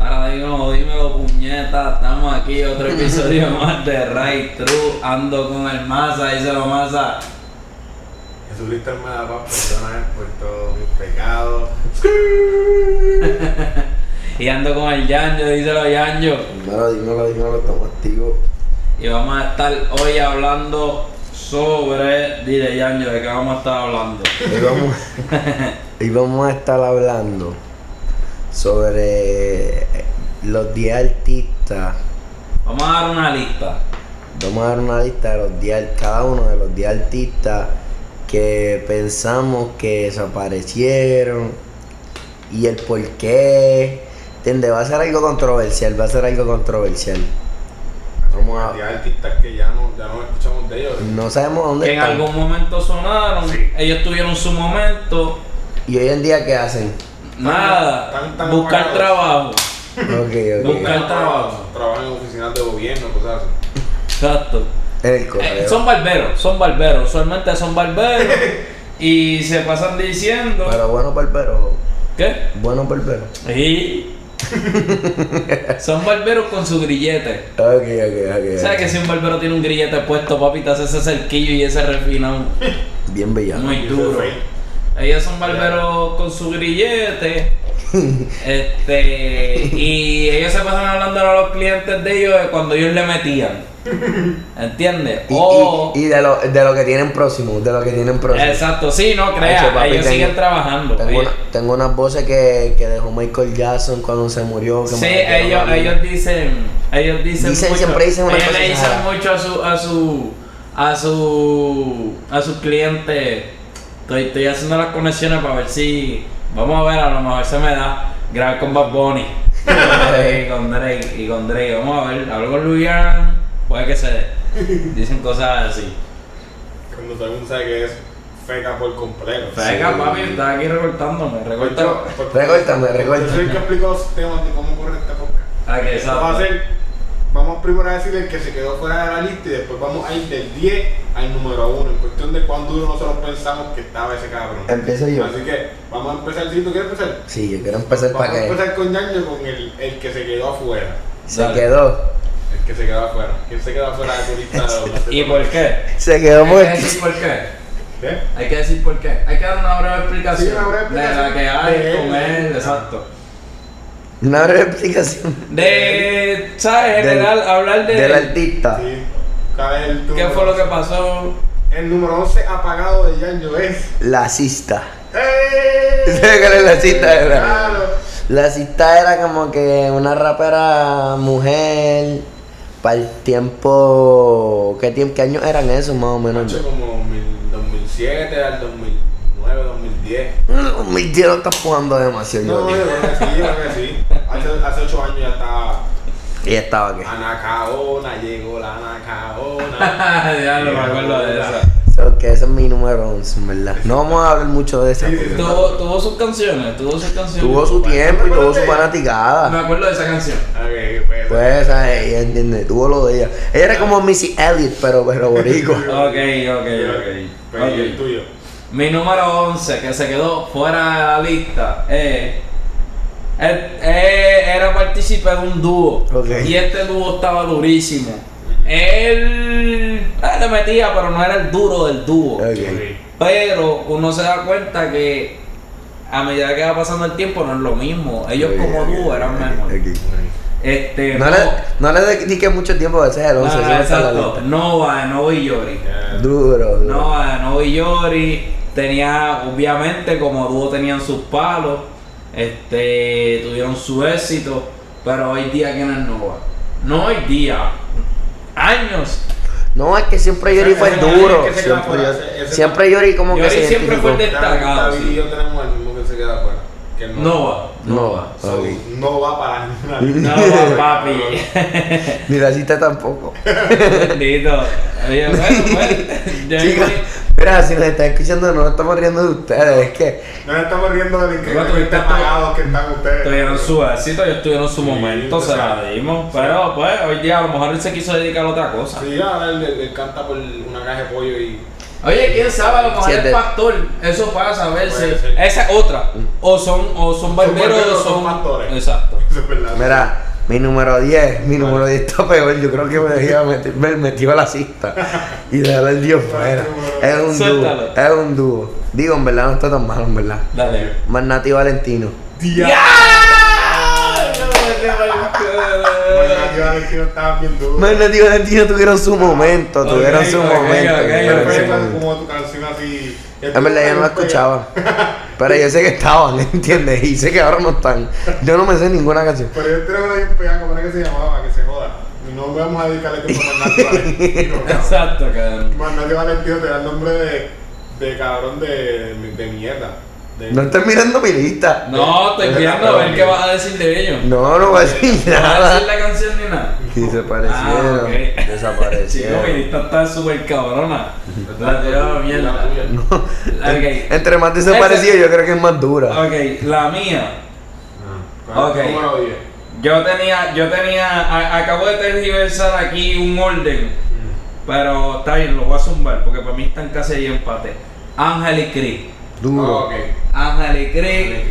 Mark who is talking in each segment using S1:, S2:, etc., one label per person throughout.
S1: Dímelo, dímelo, oh, puñeta. Estamos aquí, otro episodio más de Right True. Ando con el Maza, díselo Maza.
S2: Jesucristo me da paz, personas por todos mis pecados.
S1: Y ando con el Yanjo, díselo Yanjo.
S3: Dímelo, dímelo, dímelo, estamos activos.
S1: Y vamos a estar hoy hablando sobre. Dile Yanjo, ¿de qué vamos a estar hablando?
S3: Hoy vamos, hoy vamos a estar hablando sobre los 10 artistas.
S1: Vamos a dar una lista.
S3: Vamos a dar una lista de los 10, ar- cada uno de los 10 artistas que pensamos que desaparecieron y el por qué. ¿Entiendes? Va a ser algo controversial, va a ser algo controversial. Vamos a-
S2: Hay artistas que ya no, ya no escuchamos de ellos.
S3: No sabemos dónde
S1: Que en
S3: están.
S1: algún momento sonaron,
S2: Sí.
S1: ellos tuvieron su momento.
S3: Y hoy en día, ¿qué hacen?
S1: Nada,
S2: tan- tan
S1: buscar
S2: apagados.
S1: trabajo.
S3: Ok, ok.
S1: Busca-
S2: Buscan
S1: trabajo.
S2: Trabajan en oficinas de gobierno, cosas así.
S1: Exacto.
S3: El
S1: Eh,
S3: correo.
S1: son barberos, son barberos, usualmente son barberos y se pasan diciendo
S3: Pero bueno, barbero.
S1: ¿qué?
S3: Bueno, barbero.
S1: Y son barberos con su grillete.
S3: Ok, ok, ok.
S1: ¿Sabes que si un barbero tiene un grillete puesto, papi, te hace ese cerquillo y ese refinado?
S3: Bien bella.
S1: Muy
S2: Y
S1: duro.
S2: ese fake.
S1: Ellos son barberos con su grillete. Este, y ellos se pasan hablando a los clientes de ellos de cuando ellos le metían. ¿Entiendes?
S3: Y,
S1: O-
S3: y- y de, lo, de lo que tienen próximo, de lo que tienen próximo.
S1: Oh. Exacto, sí, no
S3: Hacho,
S1: creas,
S3: papi,
S1: ellos
S3: tengo-
S1: siguen trabajando.
S3: Tengo,
S1: ellos-
S3: una- tengo unas voces que, que dejó Michael Jackson cuando se murió. Que
S1: Sí,
S3: me
S1: ellos,
S3: metieron a mí.
S1: ellos dicen, ellos dicen,
S3: Dicen,
S1: mucho,
S3: siempre dicen una
S1: ellos
S3: cosa
S1: le dicen
S3: rara.
S1: mucho a su, a su, a su, a sus clientes. Estoy, estoy haciendo las conexiones para ver si, vamos a ver, a lo mejor se me da grabar con Bad Bunny, y con Drake, y con Drake, vamos a ver, hablo con Luian, puede que se dé. Dicen cosas así.
S2: Cuando todo el mundo sabe que es feca por completo.
S1: Venga, papi, estás aquí recortándome, recorta.
S3: Recórtame, recórtame.
S2: Yo soy el que explico los temas de cómo correr esta podcast.
S1: Ah, que
S2: Esto va a
S1: exacto.
S2: ser- vamos primero a decir el que se quedó fuera de la lista y después vamos a ir del 10 al número 1 en cuestión de cuán duro nosotros pensamos que estaba ese cabrón.
S3: Empiezo yo.
S2: Así que vamos a empezar, si tú quieres empezar,
S3: Sí, yo quiero empezar
S2: vamos
S3: para
S2: a
S3: que
S2: empezar con Yanjo con el, el que se quedó afuera.
S3: se
S1: Dale.
S3: quedó.
S2: El que se quedó afuera. ¿Quién se quedó afuera de tu lista de los-
S1: ¿Y por qué?
S3: Se quedó
S1: Hay que
S3: porque
S1: decir por qué.
S2: ¿Eh?
S1: Hay que decir por qué. Hay que dar una breve explicación,
S2: Sí, una breve
S1: de la
S2: explicación
S1: que hay
S2: de él.
S1: con él, exacto.
S3: Una breve explicación
S1: De, ¿sabes? En
S3: Del-
S1: general, hablar de,
S3: del artista.
S2: Sí. ¿Cuál es el
S1: qué
S2: número
S1: fue lo que
S2: 11?
S1: pasó.
S2: El número 11 apagado de Yanjo es.
S3: La cista.
S2: ¡Eh!
S3: ¿Sabes cuál es la cita de la-
S2: Claro.
S3: La cita era como que una rapera mujer para el tiempo. ¿Qué, tiempo, ¿Qué años eran esos más o menos?
S2: Macho, como 2000, 2007 al 2009, 2010.
S3: Mm, Mi tío lo está jugando demasiado.
S2: No,
S3: yo
S2: yo
S3: digo.
S1: eh.
S2: creo que sí, yo creo que sí. Hace, hace ocho años ya estaba
S3: Y estaba aquí.
S1: Ah,
S2: Anacaona, llegó la Anacaona.
S1: ya no me acuerdo de esa.
S3: So, que ese es mi número 11, en ¿verdad? No vamos a hablar mucho de esa.
S2: Sí, sí,
S3: porque
S1: Tuvo, tuvo sus canciones, tuvo sus canciones.
S3: Tuvo su tiempo y tuvo su fanaticada.
S1: Me acuerdo de esa canción.
S2: Ok, pues.
S3: Pues esa es ella, ¿entiendes? Tuvo lo de ella. Ella era como Missy Elliott, pero, pero borico.
S1: Ok,
S2: pero-
S1: ok, ok.
S2: pero ¿y el
S1: Ok.
S2: tuyo?
S1: Mi número 11, que se quedó fuera de la lista, es... Él- él era partícipe de un dúo.
S3: Ok.
S1: Y este dúo estaba durísimo. Él ah, le metía, pero no era el duro del dúo.
S3: Ok.
S1: Pero uno se da cuenta que a medida que va pasando el tiempo no es lo mismo. Ellos como dúo eran mejor.
S3: Ok.
S1: Este,
S3: No le, no le dediqué mucho tiempo a ese es el
S1: no,
S3: 11.
S1: no,
S3: ese no está en la
S1: exacto.
S3: lista.
S1: Nova, Nova y Yori.
S2: Ya.
S3: Duro, duro.
S1: Nova, Nova y Yori. Tenía, obviamente, como dúo tenían sus palos. Este, tuvieron su éxito. Pero hoy día, ¿quién es Nova? No hoy día. Años.
S3: No, es que siempre Yori
S2: Ese-
S3: fue
S2: ese
S3: duro.
S2: es el que se queda
S3: Siempre,
S2: fuera,
S3: Yori-
S2: ese- ese-
S3: siempre Yori como que
S1: Yori
S3: se
S1: siempre fue
S3: identificó.
S1: el destacado,
S2: David y
S1: sí.
S2: yo tenemos el mismo que se queda afuera. Que no,
S1: Nova.
S3: Nova.
S2: so,
S3: Ok.
S2: no va para ninguna lista.
S1: Nova, papi.
S3: Ni la cita tampoco.
S1: Bendito. Oye, bueno, pues. ya
S3: Chicos,
S1: me-
S3: mira, si nos están escuchando, no nos estamos riendo de ustedes. Es que
S2: No nos estamos riendo del
S1: Igual
S2: increíble
S1: tú-
S2: apagado que están ustedes.
S1: Tuvieron su éxito, ellos tuvieron su
S2: Sí,
S1: momento,
S2: tú
S1: se la
S2: sabes.
S1: dimos. Pero pues, hoy día a lo mejor él se quiso dedicar a otra cosa.
S2: Sí, ahora él, él- él canta por una caja de pollo y.
S1: Oye, quién sabe, a lo mejor
S3: Siete.
S1: el pastor, eso pasa a veces.
S2: Puede ser.
S1: Esa es otra. O son, o son barberos,
S2: barberos,
S1: o son
S2: son pastores.
S1: Exacto.
S2: Eso es verdad.
S3: Mira, Mi número 10, mi número 10 está peor. Yo creo que me debía meter, me metió a la cista y dejar el 10 fuera. Es un dúo,
S1: Suéltalo.
S3: es un dúo. Digo, en verdad no está tan malo, en verdad.
S1: Dale.
S3: Más Nati Valentino. Más Nati Valentino tuvieron su momento, tuvieron su
S1: Ok, ok,
S3: momento.
S1: ok,
S3: tuvieron su
S1: ok.
S3: momento.
S2: como tu canción así.
S3: Ah,
S2: Este,
S3: En verdad yo no la escuchaba. Pero yo sé que estaban, ¿entiendes? Y sé que ahora no están. Yo no me sé ninguna canción.
S2: Pero yo tengo una bien pegada, como era que se llamaba, que se joda. Y no vamos a dedicarle tiempo a Magnati Valentino. cabrón.
S1: Exacto, cabrón.
S2: Magnati Valentino te da el nombre de, de cabrón de, de mierda. De-
S3: No estás mirando mi lista.
S1: No, estoy mirando a ver qué vas a decir de ellos.
S3: No, no voy a decir
S1: No vas a decir
S3: nada.
S1: la canción ni nada.
S3: Y
S1: Ah,
S3: desaparecieron.
S1: ok. Chico, mi
S3: Desaparecieron.
S1: lista está súper cabrona. La lleva mierda.
S2: No.
S1: Ok.
S3: Entre más desaparecido, yo creo que es más dura.
S1: Ok, la mía.
S2: Ah, ¿Cuál es
S1: Ok.
S2: tu número 10?
S1: Yo tenía, yo tenía, a- acabo de tergiversar aquí un orden, pero está bien, lo voy a zumbar porque para mí están casi ahí empate. Ángel y Cris.
S2: Ah,
S3: Duro.
S2: ok.
S1: Ángel y Cris,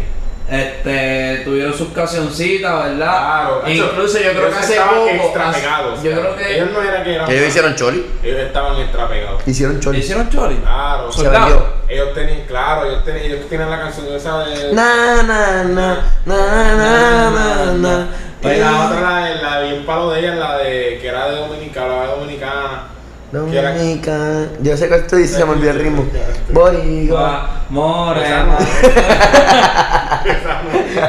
S1: este, tuvieron sus cancioncitas, ¿verdad?
S2: Claro,
S1: E Incluso yo creo que hace
S2: estaban
S1: poco.
S2: extrapegados.
S1: hace- Yo creo que.
S2: Ellos no era que eran.
S3: Ellos hicieron choli.
S2: Ellos estaban extrapegados.
S3: Hicieron choli.
S1: ¿Hicieron chori?
S2: Claro.
S3: Se
S1: Soldado.
S3: vendió.
S2: Ellos tenían, claro, ellos tenían, ellos tenían la canción esa de.
S3: Na, na, na, na, na, na, na. Eh,
S2: Pues la otra, la, de- la bien palo de ella, la de que era de Dominicana, la de Dominicana. que era-
S3: Dominica. Yo sé cuál tú dices, se me olvidó el ritmo. Boricua.
S1: Va, Morena.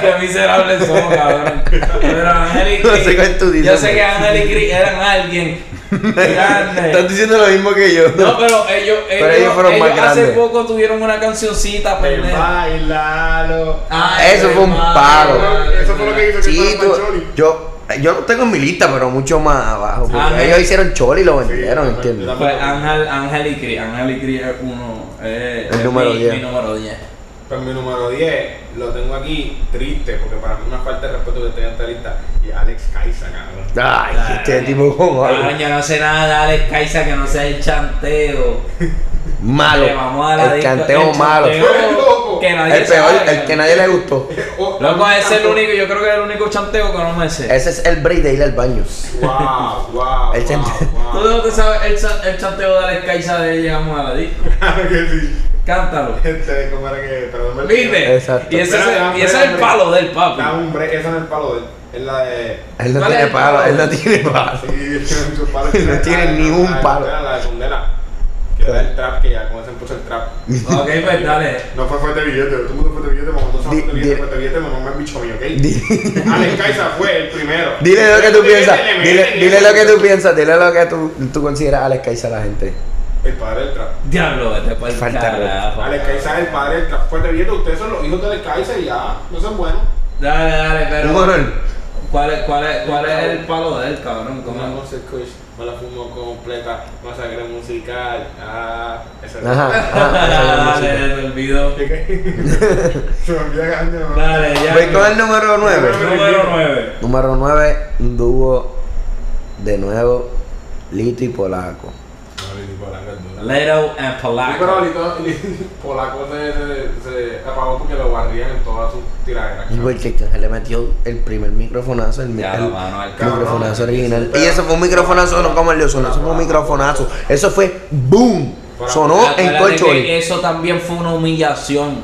S1: Qué miserables somos, cabrón. Pero Ángel y
S3: No sé cuál tú
S1: Cris.
S3: dices,
S1: Yo sé que
S3: man.
S1: Ángel y Cris eran alguien
S3: Estás
S1: grande.
S3: diciendo lo mismo que yo.
S1: No, pero ellos, ellos,
S3: Pero ellos fueron más
S1: ellos hace
S3: grandes.
S1: poco tuvieron una cancioncita,
S2: Pues
S1: pendeja.
S2: bailalo.
S1: Ay,
S3: Eso fue un
S1: hermano,
S3: paro.
S2: Eso fue lo que hizo que
S3: Sí,
S2: fuera
S3: tú-
S2: Pancholi.
S3: yo, yo no tengo en mi lista, pero mucho más abajo. porque
S1: Ajá.
S3: ellos hicieron choli y lo vendieron,
S2: Sí,
S3: ¿entiendes?
S2: la-
S1: Pues Ángel, Ángel y Cris. Ángel y Cris es uno. eh,
S3: El
S1: es
S3: número
S1: mi,
S3: 10.
S1: mi número 10.
S2: Pues mi número 10 lo tengo aquí triste, porque para mí es una falta de respeto que tenga esta lista. Y Alex Caiza, cabrón.
S3: Ay, este tipo como
S1: Cabrón, yo no sé nada de Alex Caiza que no sea el chanteo.
S3: malo.
S1: Le vamos a la
S3: El
S1: disco-
S3: canteo
S1: el
S3: malo.
S1: chanteo
S2: Loco.
S1: que nadie
S3: El peor,
S1: sabe,
S3: el que nadie le gustó.
S2: Oh,
S1: Loco, ese es el
S2: tanto-
S1: único, yo creo que es el único chanteo que no me sé.
S3: Ese es el break de ir al baño.
S2: Wow, wow.
S3: El
S2: wow,
S3: chante-
S1: Tú
S2: wow.
S1: no te sabes el, cha- el chanteo de Alex Caiza de Llegamos a la disco.
S2: Claro que sí.
S1: Cántalo.
S2: Este, ¿cómo era que? Perdón, me
S1: ¿Viste?
S3: Exacto.
S1: Y ese, es,
S2: Espera,
S1: el- y ese es el
S2: espera,
S1: palo del papi.
S2: Da un break, esa no es el palo de él. Es la de.
S3: Él no
S1: ¿Cuál es
S3: tiene
S1: el
S3: palo,
S1: palo?
S3: él no tiene palo.
S2: Sí, tiene muchos palos.
S3: No tiene ni un
S2: la de
S3: palo.
S2: Condena, La de Condena. Que era el trap, que ya como se puso el trap.
S1: Ok, pues dale.
S2: No fue fuerte billete, todo el mundo fue fuerte billete, mamá, no
S3: Di-
S2: fue fuerte billete,
S3: di-
S2: fuerte billete, mamá me bicho mío,
S3: Di-
S2: ¿ok? Alex Caiza fue el primero.
S3: Dile lo que tú
S2: Fuerte
S3: piensas.
S2: billete, le
S3: Dile,
S2: meten
S3: dile
S2: eso.
S3: lo que tú piensas. Dile lo que tú, tú consideras a Alex Caiza a la gente.
S2: El padre del trap.
S1: Diablo, vete por el
S3: Falta
S1: carajo.
S2: Alex Caiza es el padre del trap, fuerte billete, ustedes son los hijos de Alex Caiza y ya, no son buenos.
S1: Dale, dale, pero.
S3: Un honor.
S1: ¿Cuál es, cuál es, cuál es el palo del cabrón? ¿Cómo?
S2: Como se escucha, me la fumo completa, masacre musical, ah, esa es
S3: Ajá. ajá, esa es la
S1: dale, me olvidó.
S2: Se me olvida que ando, ¿no?
S1: Dale, ya.
S3: música. Voy con el número 9.
S1: Número 9.
S3: Número 9, un dúo de nuevo, Lito y Polaco.
S2: No, Lili Polaco es dura.
S1: Leto and
S2: Sí, pero
S1: Polaco.
S2: Lito- Lili Polaco se, se, se apagó porque lo barrían en todas sus tiraderas.
S3: Y
S2: cabrón.
S3: porque le metió el primer microfonazo, el, mi-
S1: Ya,
S3: el
S1: mano, al
S2: cabrón.
S3: microfonazo original.
S2: Pero-
S3: y eso fue un microfonazo, no como el de Ozuna, eso fue un microfonazo. Eso fue boom. Sonó en
S1: Acuérdate
S3: Colchón.
S1: que Eso también fue una humillación.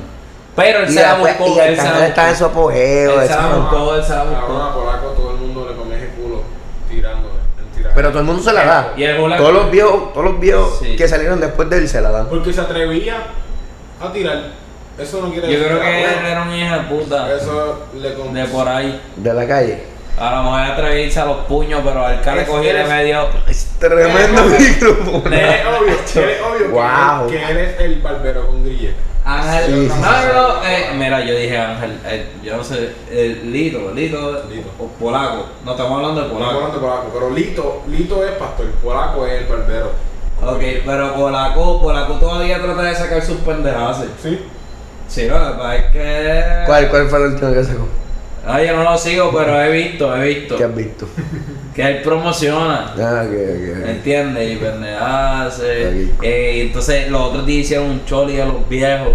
S1: Pero él
S3: Y
S1: se la
S3: después,
S1: buscó.
S3: y
S1: él
S3: el
S1: se la
S3: canal está en su
S1: buscó.
S3: apogeo.
S1: Él
S3: eso
S1: se la
S3: fue-
S1: buscó. todo el sabuco.
S2: Cabrón, a Polaco todo el mundo le come ese culo tirándole. en tiradera.
S3: Pero todo el mundo se la da.
S1: Y el Polaco-
S3: Todos los viejos, todos los viejos
S1: Sí.
S3: que salieron después de él se la dan.
S2: Porque se atrevía a tirar. Eso no quiere
S1: Yo
S2: decir
S1: creo que
S2: era
S1: él
S2: bueno.
S1: era un hijo de puta.
S2: Eso le con-
S1: De por ahí.
S3: De la calle.
S1: A lo mejor atreverse a los puños, pero al cara le
S2: Eso
S1: cogió y le
S2: es-
S1: medio.
S3: Es tremendo
S2: Eh,
S3: micrófono.
S2: Él es obvio, él es obvio
S3: Wow.
S2: que, él, que él es el barbero con grille.
S3: Sí.
S1: Ángel. No, no, no, eh, mira, yo dije Ángel. eh, yo no sé. eh, Lito, Lito.
S2: Lito.
S1: O polaco. No estamos hablando de
S2: No estamos
S1: polaco.
S2: hablando de polaco, pero Lito, Lito es pastor, polaco es el barbero.
S1: Ok, pero polaco, polaco todavía trata de sacar sus pendejadas.
S2: ¿Sí?
S1: Sí, no, la verdad es que.
S3: ¿Cuál, ¿Cuál fue la última que sacó?
S1: Ay, yo no lo sigo, pero he visto, he visto.
S3: ¿Qué has visto?
S1: Que él promociona.
S3: Ah, ok, ok, ok.
S1: ¿Me entiendes? Y pendejadas.
S3: Aquí.
S1: Eh, entonces los otros días hicieron un choli a los viejos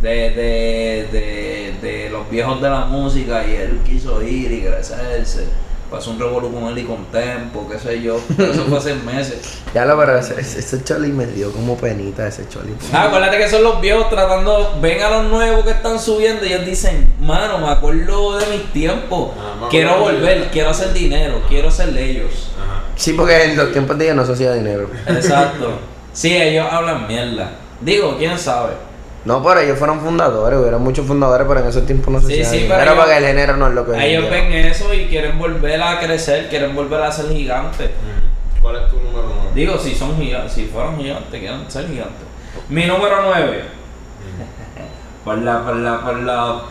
S1: de, de, de, de los los viejos de la música y él quiso ir y graciarse. Pasó un revolú con él y con Tempo, qué sé yo. Pero Eso fue hace meses.
S3: Ya lo, pero ese, ese- ese choli me dio como penita ese choli.
S1: Ah, acuérdate que son los viejos tratando, ven a los nuevos que están subiendo y ellos dicen, mano, me acuerdo de mis tiempos.
S2: Ah, me
S1: Quiero
S2: acuerdo de
S1: volver,
S2: ellos".
S1: quiero hacer dinero, quiero ser de ellos.
S2: Ajá.
S3: Sí, porque en los tiempos de ellos no se hacía dinero.
S1: Exacto. Sí, ellos hablan mierda. Digo, quién sabe.
S3: No, pero ellos fueron fundadores, hubieron muchos fundadores, pero en esos tiempos no se
S1: Sí,
S3: hacía
S1: sí,
S3: dinero.
S1: pero
S3: Era
S1: ellos-
S3: porque el género no es lo que hoy en
S1: Ellos
S3: día.
S1: ven eso y quieren volver a crecer, quieren volver a ser gigantes.
S2: Ujú. ¿Cuál es tu número 9?
S1: Digo, si son gigantes, si fueron gigantes, quieren ser gigantes. Mi número 9. Parla, parla, parla.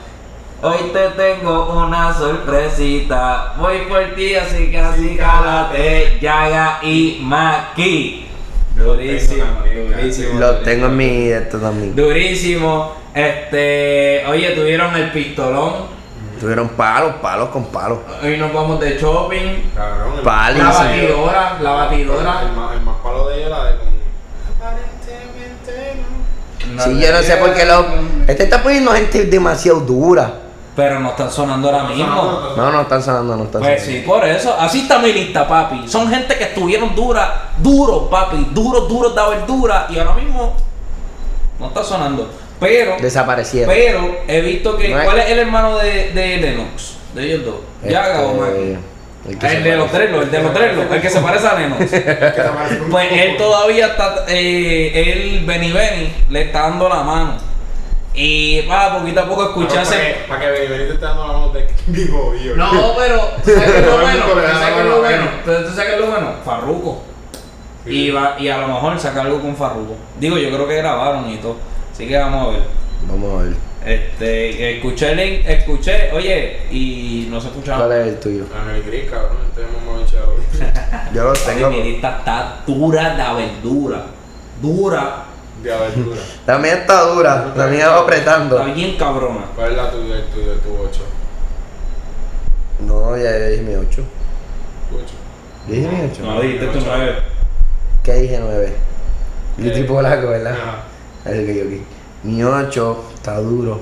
S1: Hoy te tengo una sorpresita. Voy por ti, así que así cálate. Yaga y Maki. Durísimo,
S2: también,
S1: durísimo.
S3: Los tengo en mi esto también.
S1: Durísimo. Este, oye, tuvieron el pistolón.
S3: Tuvieron palos, palos con palos.
S1: Hoy nos vamos de shopping.
S2: Cabrón. el-
S3: Pali.
S1: La
S3: sí.
S1: batidora, la
S2: El
S1: batidora.
S2: más, el más palo de ella la de con. Aparentemente no.
S3: sí, yo no sé por qué los. Este está poniendo gente demasiado dura.
S1: Pero no están sonando ahora mismo.
S2: No, no, no.
S3: No, no están sanando, no están
S1: Pues
S3: sanando.
S1: sí, por eso. Así está mi lista, papi. Son gente que estuvieron dura, duro, papi. Duro, duro da verdura. Y ahora mismo no está sonando. Pero,
S3: Desaparecieron.
S1: pero he visto que.
S3: No hay-
S1: ¿Cuál es el hermano de, de Lennox? De ellos dos. Yaga o Maki.
S3: Este, el que
S1: El
S3: se
S1: de los
S3: parece.
S1: Trello, el de los Trello, el que se parece a Lennox.
S2: Es que se parece un
S1: Pues él
S2: poco.
S1: todavía está, eh, él, Benny Benny, le está dando la mano. Y va, poquito a poco escucharse.
S2: Para que Benito está dando la mano de vivo, yo.
S1: No, pero, ¿sabes qué es lo bueno?
S2: Pero le da
S1: ¿Sabes qué es
S2: la
S1: lo bueno?
S2: mano.
S1: Pero ¿Tú sabes qué es lo bueno? Farruco. Y, va, y a lo mejor saca algo con Farruco. Digo, yo creo que grabaron y todo. Así que vamos a ver.
S3: Vamos a ver.
S1: Este, escuché el link, escuché, oye, y no se escuchaba.
S3: ¿Cuál es el tuyo?
S2: Ángel Gris, cabrón. Este es un mamabichado.
S3: Yo los
S1: Papi,
S3: tengo.
S1: mi lista está dura de verdura. Dura.
S2: De aventura.
S3: La mía está dura, la mía va
S1: Está
S3: apretando.
S1: bien cabrona.
S2: ¿Cuál es la tuya, el tuyo, tu 8?
S3: No, ya yo dije mi 8. Yo dije mi 8.
S1: No, dijiste tú nueve.
S3: ¿Qué dije 9? El
S2: Eh.
S3: tipo polaco, ¿verdad? El que yo aquí. Mi 8 está duro.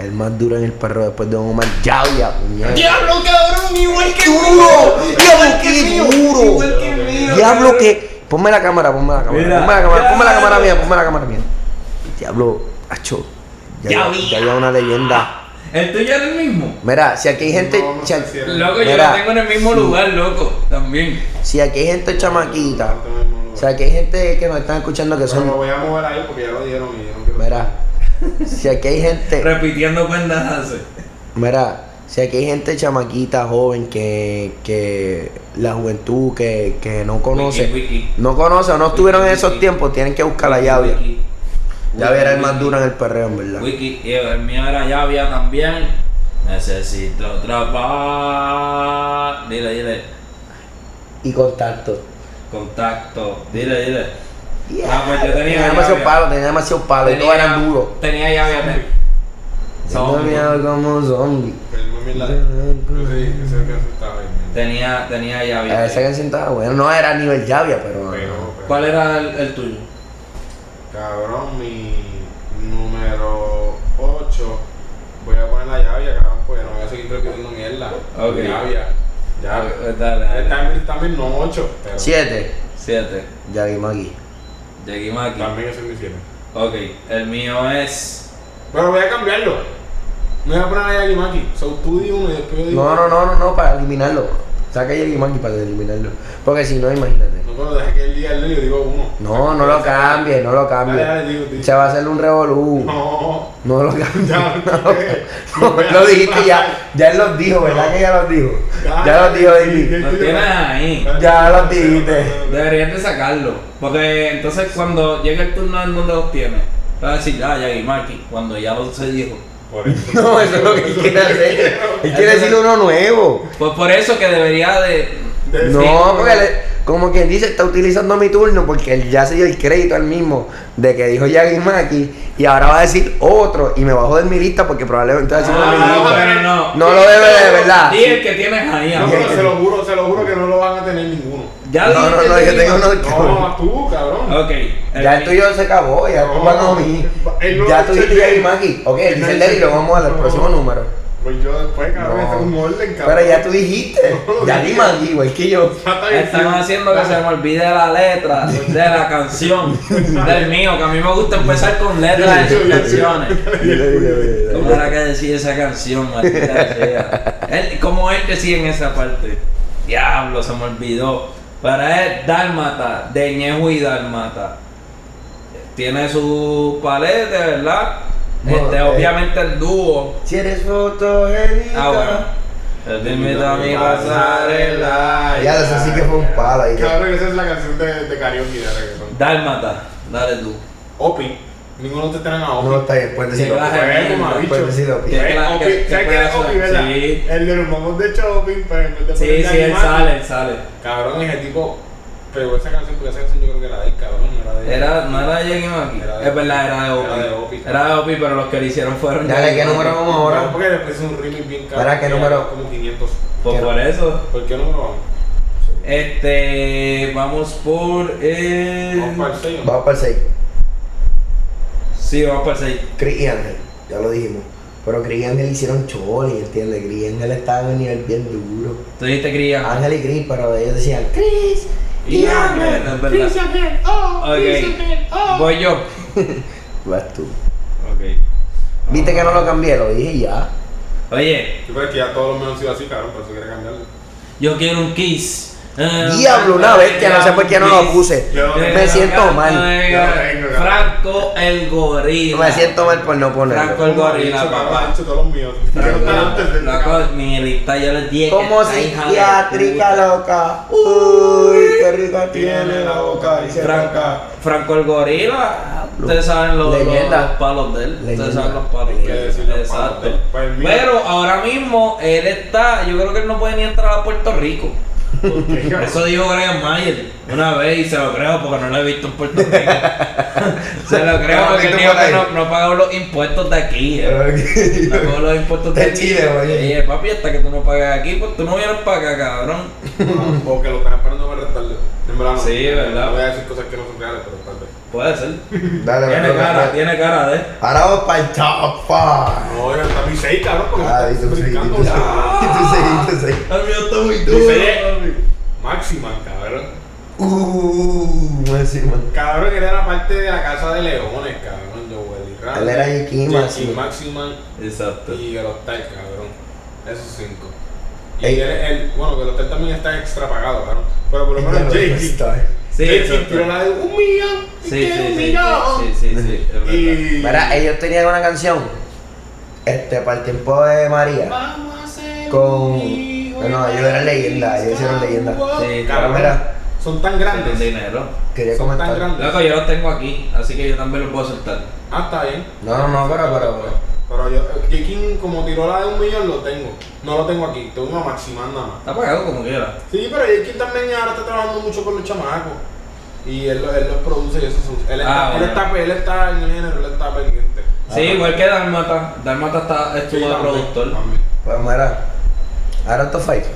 S3: El más duro en el perro después de un Omar. ¡Ya, ya! puñeta.
S1: ¡Diablo, cabrón! ¡Igual que
S3: ¡Duro! ¡Diablo,
S1: que
S3: qué
S1: mío,
S3: duro!
S1: igual que mío,
S3: ¡Diablo,
S1: cabrón.
S3: que! Ponme la cámara, ponme la cámara.
S1: Mira.
S3: Ponme la cámara, ponme la
S1: Ya.
S3: cámara mía, ponme la cámara mía. Diablo, hacho. Ya,
S1: Ya
S3: ya,
S1: vi.
S3: ya había una leyenda.
S1: ¿El tuyo era el mismo?
S3: Mira, si aquí hay gente.
S2: No, no
S3: si
S2: sé
S3: aquí-
S2: si era.
S1: Loco, yo
S3: Mira.
S1: lo tengo en el mismo lugar, loco. También.
S3: Si aquí hay gente chamaquita, o sea, aquí hay gente que nos están escuchando que
S2: Pero lo
S3: son.
S2: voy a mover ahí porque ya lo dieron y dijeron que lo-
S3: Mira, si aquí hay gente.
S1: Repitiendo cuentas hace.
S3: Mira, si aquí hay gente chamaquita, joven, que, que la juventud que, que no conoce,
S1: Wiki, wiki.
S3: no conoce o no estuvieron en
S1: Wiki,
S3: esos
S1: wiki.
S3: tiempos, tienen que buscar la llave.
S1: Wiki.
S3: Llave era el
S1: Wiki,
S3: más duro en el perreo, en verdad.
S1: Wiki, y el mío era llavia también. Necesito trabajar. Dile, dile.
S3: Y contacto.
S1: Contacto. Dile, dile.
S3: Yeah.
S1: pues yo tenía
S3: Tenía
S1: llave.
S3: demasiado palo, tenía demasiado palo, y todos eran duros.
S1: Tenía llave también.
S3: Tengo miedo como zombie.
S2: Pero muy bien la- Yo sí, ese es el que asustaba ahí.
S1: Tenía, tenía llave.
S3: A esa canción estaba buena, no era a nivel llavia, pero.
S2: Pero, pero-
S1: ¿Cuál era el, el tuyo?
S2: Cabrón, mi número 8. Voy a poner la llave, cabrón, porque no voy a seguir repitiendo mierda.
S1: Ok.
S2: Llave. Llave.
S1: Dale, dale.
S2: También, también no 8, pero
S3: Siete.
S1: Siete.
S3: Yagi Magi.
S1: Jackie Maki.
S2: también eso me hicieron.
S1: Ok, el mío es.
S2: Pero voy a cambiarlo. Me voy a poner a Yagi Maki. So tú di uno y después yo digo.
S3: No, no, no, no, no, para eliminarlo. Saca Yagi Magi para eliminarlo. Porque si no, imagínate.
S2: No, pero deja que él diga el de él y yo digo uno.
S3: No, no lo cambie, no lo
S2: Dale,
S3: cambie.
S2: dale, digo, digo.
S3: Se va a hacer un revolú.
S2: No,
S3: No lo cambie.
S2: ya,
S3: No, lo dijiste ya. Ya él los dijo, ¿verdad que ya los dijo? Ya los dijo, David.
S1: Lo tienes ahí.
S3: Ya los dijiste.
S1: Deberías de sacarlo. Porque entonces cuando llegue el turno en donde los tienes, vas a decir, ah, Jackie Maki, cuando ya lo se dijo.
S2: Por eso.
S3: No, eso es lo que él quiere hacer. Él quiere decir uno nuevo.
S1: Pues por eso que debería de.
S2: De-
S3: No, porque él, como quien dice, está utilizando mi turno porque él ya se dio el crédito al mismo de que dijo Yagi Maki y ahora va a decir otro y me bajo de mi lista porque probablemente va a decir
S1: Ah,
S3: una
S1: no,
S3: lista.
S1: pero no.
S3: No lo debe de verdad.
S1: Di el que tienes ahí,
S2: No,
S1: amor.
S2: pero se lo juro, se lo juro que no lo van a tener ninguno.
S1: Ya
S3: No, no, no,
S1: dijiste el
S3: yo
S1: tuyo.
S3: tengo uno que.
S2: No, tú, cabrón.
S1: Ok.
S3: Ya el
S1: mío.
S3: tuyo se acabó, ya tú
S2: No,
S3: vas a mí.
S2: él no
S3: Ya
S2: dice
S3: tú dijiste
S2: el
S3: ya
S2: de él.
S3: y Maki. Ok, él
S2: Él no
S3: dice el
S2: dice
S3: de él y lo vamos al
S2: no.
S3: próximo número.
S2: Pues yo después, cabrón,
S3: No.
S2: este es un orden, cabrón.
S3: Pero ya tú dijiste.
S2: No,
S3: Ya
S2: no.
S3: di Maki, igual que yo.
S1: Están haciendo que se me olvide la letra de la canción del mío, que a mí me gusta empezar con letras de sus canciones. ¿Cómo era que decía esa canción, maldita sea? Él, ¿Cómo él decía en esa parte? Diablo, se me olvidó. Para él, Dálmata, de Ñejo y Dálmata. Tiene su palete, ¿verdad?
S3: Bueno,
S1: Este,
S3: eh.
S1: obviamente el dúo.
S3: Si eres fotogénica.
S1: Ah, bueno. Dime a mi pasarela.
S3: Ya, eso sí que fue un palo ahí.
S2: Cabrón, esa es la canción de, de karaoke de reggaetón.
S1: Dálmata, dale tú.
S2: Opi. Ninguno te traen a Opi.
S3: No, está bien, puedes
S1: Sí,
S3: decirlo.
S1: baja.
S2: Pues, como
S1: Pues,
S2: ha dicho.
S3: Puedes decirlo.
S1: ¿Qué?
S2: Eh,
S1: claro,
S2: Opi,
S1: que-
S2: ¿Sabes
S1: que
S2: qué es
S1: pueda
S2: Opi,
S1: sonar,
S2: verdad?
S1: sí.
S2: El de los mamos de Shopping, pero en vez de
S1: Sí,
S2: ponerle
S1: sí, él
S2: animal.
S1: sale, él sale.
S2: Cabrón, ese tipo pegó esa canción porque esa canción yo creo que era de él, cabrón, no era de
S1: Era, no era de Jackie Mackie.
S2: Era de-
S1: Es verdad, era de
S2: era de
S1: Opi.
S2: Opi.
S1: Era de Opi, pero los que le hicieron fueron.
S3: Dale,
S1: Jackie
S3: ¿qué
S1: Mackie.
S3: número vamos
S2: Ahora,
S3: ahora?
S2: porque después es un remix bien caro.
S3: Espera, ¿qué
S2: que
S3: número?
S2: Como 500.
S1: Pues por eso.
S2: ¿Por qué número vamos?
S1: Este. Vamos por.
S3: Eh,
S2: Vamos para
S1: El...
S2: el 6.
S3: Vamos para el 6.
S1: Sí, vamos para el 6.
S3: Chris y Ángel, ya lo dijimos. Pero Chris y Ángel hicieron choli, ¿entiendes? Chris y Ángel estaban en un nivel bien duro.
S1: Tú dijiste
S2: Ah.
S1: cría.
S3: Ángel y Chris, pero ellos decían, Chris y
S2: Y
S3: Ángel.
S1: Es verdad. Voy yo.
S3: Vas tú.
S1: Ok.
S3: Viste que no lo cambié, lo dije y ya.
S1: Oye,
S2: Yo creo que ya todos los menos han sido así, cabrón, por eso quiere cambiarlo.
S1: yo quiero un kiss. Eh,
S3: Diablo, una bestia, no sé por qué no lo
S1: kiss.
S3: puse.
S2: Yo no
S1: De
S2: tengo-
S3: Me siento
S1: Gato
S3: mal.
S1: de
S2: Yo
S1: Ga-
S2: tengo, cabrón.
S1: eh, Franco el gorila.
S3: Me siento mal por no
S1: Franco
S3: ponerlo.
S1: el
S2: Como han
S1: gorila,
S2: dicho, cabrón,
S1: papá.
S2: han dicho todos los míos. Pero no están antes del
S1: Loco, mi lista yo les dije.
S3: Como
S1: que esta hija de
S3: psiquiátrica
S1: puta.
S3: loca. Uy, qué rica tiene la boca. y se
S1: Franco,
S3: toca.
S1: Franco el gorila. Ustedes saben los, los-
S3: Leyenda.
S1: los palos de él.
S3: Leyenda.
S1: Ustedes saben los palos
S2: Hay que
S1: de él.
S2: decir los
S1: Exacto.
S2: palos de él. Pues mira.
S1: Pero ahora mismo él está. Yo creo que él no puede ni entrar a Puerto Rico.
S2: ¿Por qué, cabrón?
S1: Eso dijo Graham Mayer una vez y se lo creo porque no lo he visto en Puerto Rico. se lo creo
S3: No,
S1: porque
S3: ¿viste
S1: él
S3: por
S1: dijo que
S3: ahí?
S1: no, no pagó los impuestos de aquí. eh. No
S3: Pero-
S1: pagó los impuestos de,
S3: De
S1: aquí.
S3: Chile, oye.
S1: Y el papi, hasta que tú no pagas aquí, pues tú no vienes para acá, cabrón.
S2: Ah, O que lo están esperando para restarle. En verdad, no.
S1: Sí, verdad.
S2: No voy a decir cosas que no son reales, pero tal vez.
S1: Puede ser.
S3: Dale,
S1: Tiene
S3: dale,
S1: cara,
S3: dale.
S1: tiene cara de.
S3: Ahora vamos para el top 5.
S2: No, ya está mi 6, cabrón, porque
S3: Ah,
S2: me
S3: y
S2: estás
S3: tú sí, y tú sí,
S2: brincando, Ah.
S3: y tú
S2: cabrón.
S3: sí, y tú sí.
S1: El mío está muy
S2: duro, papi. Máxima, cabrón.
S3: Uh, máxima.
S2: Cabrón, él era parte de la casa de leones, cabrón. Joel y Ramos.
S3: Él era Yankee Maximan.
S2: Maximan
S1: Exacto.
S2: y Galostal, cabrón. Esos cinco. Y
S3: Ey.
S2: él, él, bueno, Galostal también está extrapagado, cabrón. Pero por lo menos Jake.
S1: Sí,
S2: Jake
S1: exacto.
S2: tiró la de un millón. y
S1: Sí, sí,
S2: quiero un
S1: sí, sí,
S2: millón.
S1: sí, sí, sí, es verdad.
S2: Y.
S3: Mira, ellos tenían una canción. Este, para el tiempo de María.
S2: Vamos a hacer
S3: Con-
S2: un hijo
S3: No, no,
S2: de
S3: ellos eran leyenda, ellos hicieron leyenda.
S1: Sí,
S3: Pero
S2: Cabrón,
S3: mira,
S2: son tan
S1: Tienen
S2: grandes.
S1: dinero.
S3: quería
S2: Son tan
S3: comentar.
S2: grandes.
S1: Loco, yo los tengo aquí, así que yo también los puedo soltar.
S2: Ah, está bien.
S3: No, no, no, pero, pero.
S2: Pero yo, Jekin, como tiró la de un millón, lo tengo. No lo tengo aquí, tengo una maximán nada más.
S1: Está pagado como quiera.
S2: Sí, pero Jekin también ahora está trabajando mucho con los chamacos. Y él, lo- él los produce y eso es un- él, está,
S1: Ah,
S2: él,
S1: bueno.
S2: está, él está en el género, él está pendiente.
S1: Sí, igual que Dalmata. Dalmata está,
S2: Sí,
S1: estuvo de
S2: también,
S1: productor.
S2: también.
S3: Pues mira. Ahora top 5.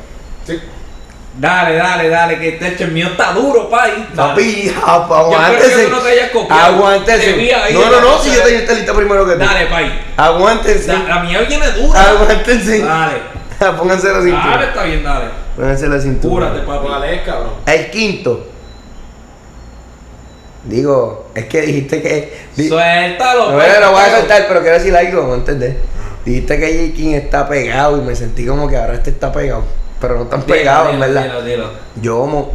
S2: Sí.
S1: Dale, dale, dale, que este hecho el mío está duro, pai.
S3: Papi, apa,
S1: Yo creo que
S3: aguántese.
S1: tú no te hayas copiado. Te vi
S3: Aguántese.
S1: ahí
S3: No,
S1: en
S3: no,
S1: la
S3: no,
S1: cosa
S3: si
S1: de-
S3: yo tengo esta lista primero que tú.
S1: Dale, pai.
S3: Aguántense.
S1: Da- La mía viene dura.
S3: Ah, Aguántense.
S1: Dale.
S3: Pónganse la
S1: Dale,
S3: cintura.
S1: está bien, dale.
S3: Pónganse la cintura.
S1: Cúrate, papi.
S2: ¿Cuál es, cabrón?
S3: El quinto. Digo, es que dijiste que. di-
S1: Suéltalo.
S3: no,
S1: pai,
S3: bueno, lo voy a
S1: suéltalo.
S3: soltar, pero quiero decir algo, ¿me entendés? Dijiste que J. King está pegado y me sentí como que ahora este está pegado. Pero no tan
S1: Dilo,
S3: pegado, en
S1: dilo,
S3: verdad.
S1: dilo, dilo.
S3: Yo amo.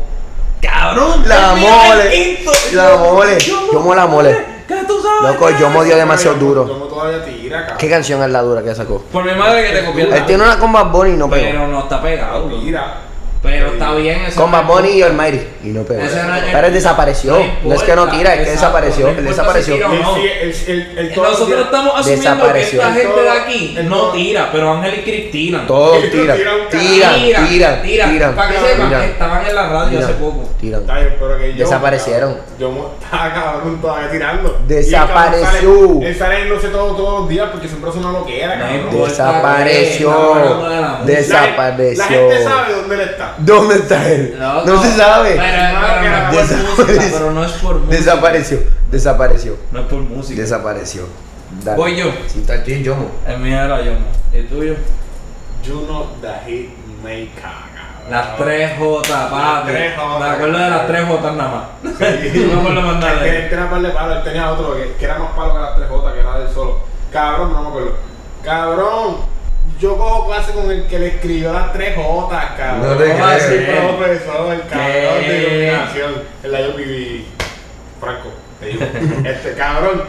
S1: Cabrón,
S3: La
S1: el mío
S3: mole.
S1: es el quinto.
S3: La mole. Yo amo la mole.
S1: ¿Qué tú sabes?
S3: Loco, yo amo Dios demasiado
S2: Pero yo-
S3: duro.
S2: yo no todavía tira, cabrón.
S3: ¿Qué canción es la dura que sacó?
S1: Por mi madre que te copió.
S3: Él tiene una con Bad Bunny y Este no pegó.
S1: Pero no está pegado. bro.
S2: Tira.
S1: Pero está bien eso.
S3: Con
S1: no
S3: Bad
S1: es
S3: Bunny y
S1: justo.
S3: Almighty y no pegó.
S1: Ese no es-
S3: Pero él desapareció.
S1: No
S3: No es que no
S1: importa,
S3: tira, es que
S1: exacto,
S3: desapareció.
S1: no
S3: Él
S1: importa si tira o
S3: desapareció.
S1: no.
S2: Él sí, él- él- él todos los
S1: Nosotros
S2: días-
S1: estamos asumiendo que
S3: Desapareció.
S1: esta gente de
S2: Todo-
S1: aquí
S2: el
S1: no
S2: todo-
S1: tira, pero Ángel y Cris tiran.
S3: Todos
S2: Él no
S3: tiran,
S2: tira un carajo.
S3: tiran, tiran, tiran,
S1: Para que sepan que estaban en la radio hace poco.
S3: tiran.
S2: Está bien, pero que yo,
S3: Desaparecieron.
S2: cabrón, Yo mo- estaba cabrón todavía tirando.
S3: Desapareció.
S2: Y el cabrón sale- Él sale en no sé todo, todos los días porque siempre es una loquera,
S1: No
S2: cabrón.
S1: importa.
S3: Desapareció.
S1: Está bien, está bueno, no era mucho.
S2: La- La
S3: Desapareció.
S2: gente sabe dónde dónde él está.
S3: ¿Dónde está él? No, se sabe.
S1: Pero, pero,
S2: Desa-
S1: pero, no es por música,
S3: Desapareció.
S1: pero no es por música.
S3: Desapareció, desapareció,
S1: No es por música.
S3: desapareció. Dale.
S1: Voy yo.
S3: Si está el tuyo, yo no.
S1: El mío era yo. El tuyo.
S2: Juno the Hitmaker. cabrón.
S1: Las 3 J, papi.
S2: tres J.
S1: Me acuerdo de las 3 J nada más.
S2: Sí.
S1: No me acuerdo más nada.
S2: Él tenía- él tenía par de palos, él tenía otro que, que era más palo que las 3J, que era del solo. Cabrón, no me acuerdo. Cabrón, yo cojo clase con el que le escribió las 3J, cabrón.
S3: No te
S2: ¿Cómo va a ser
S1: creo.
S2: profesor, cabrón
S1: ¿Qué?
S2: de iluminación. En la yo viví, Franco, te digo. Este cabrón.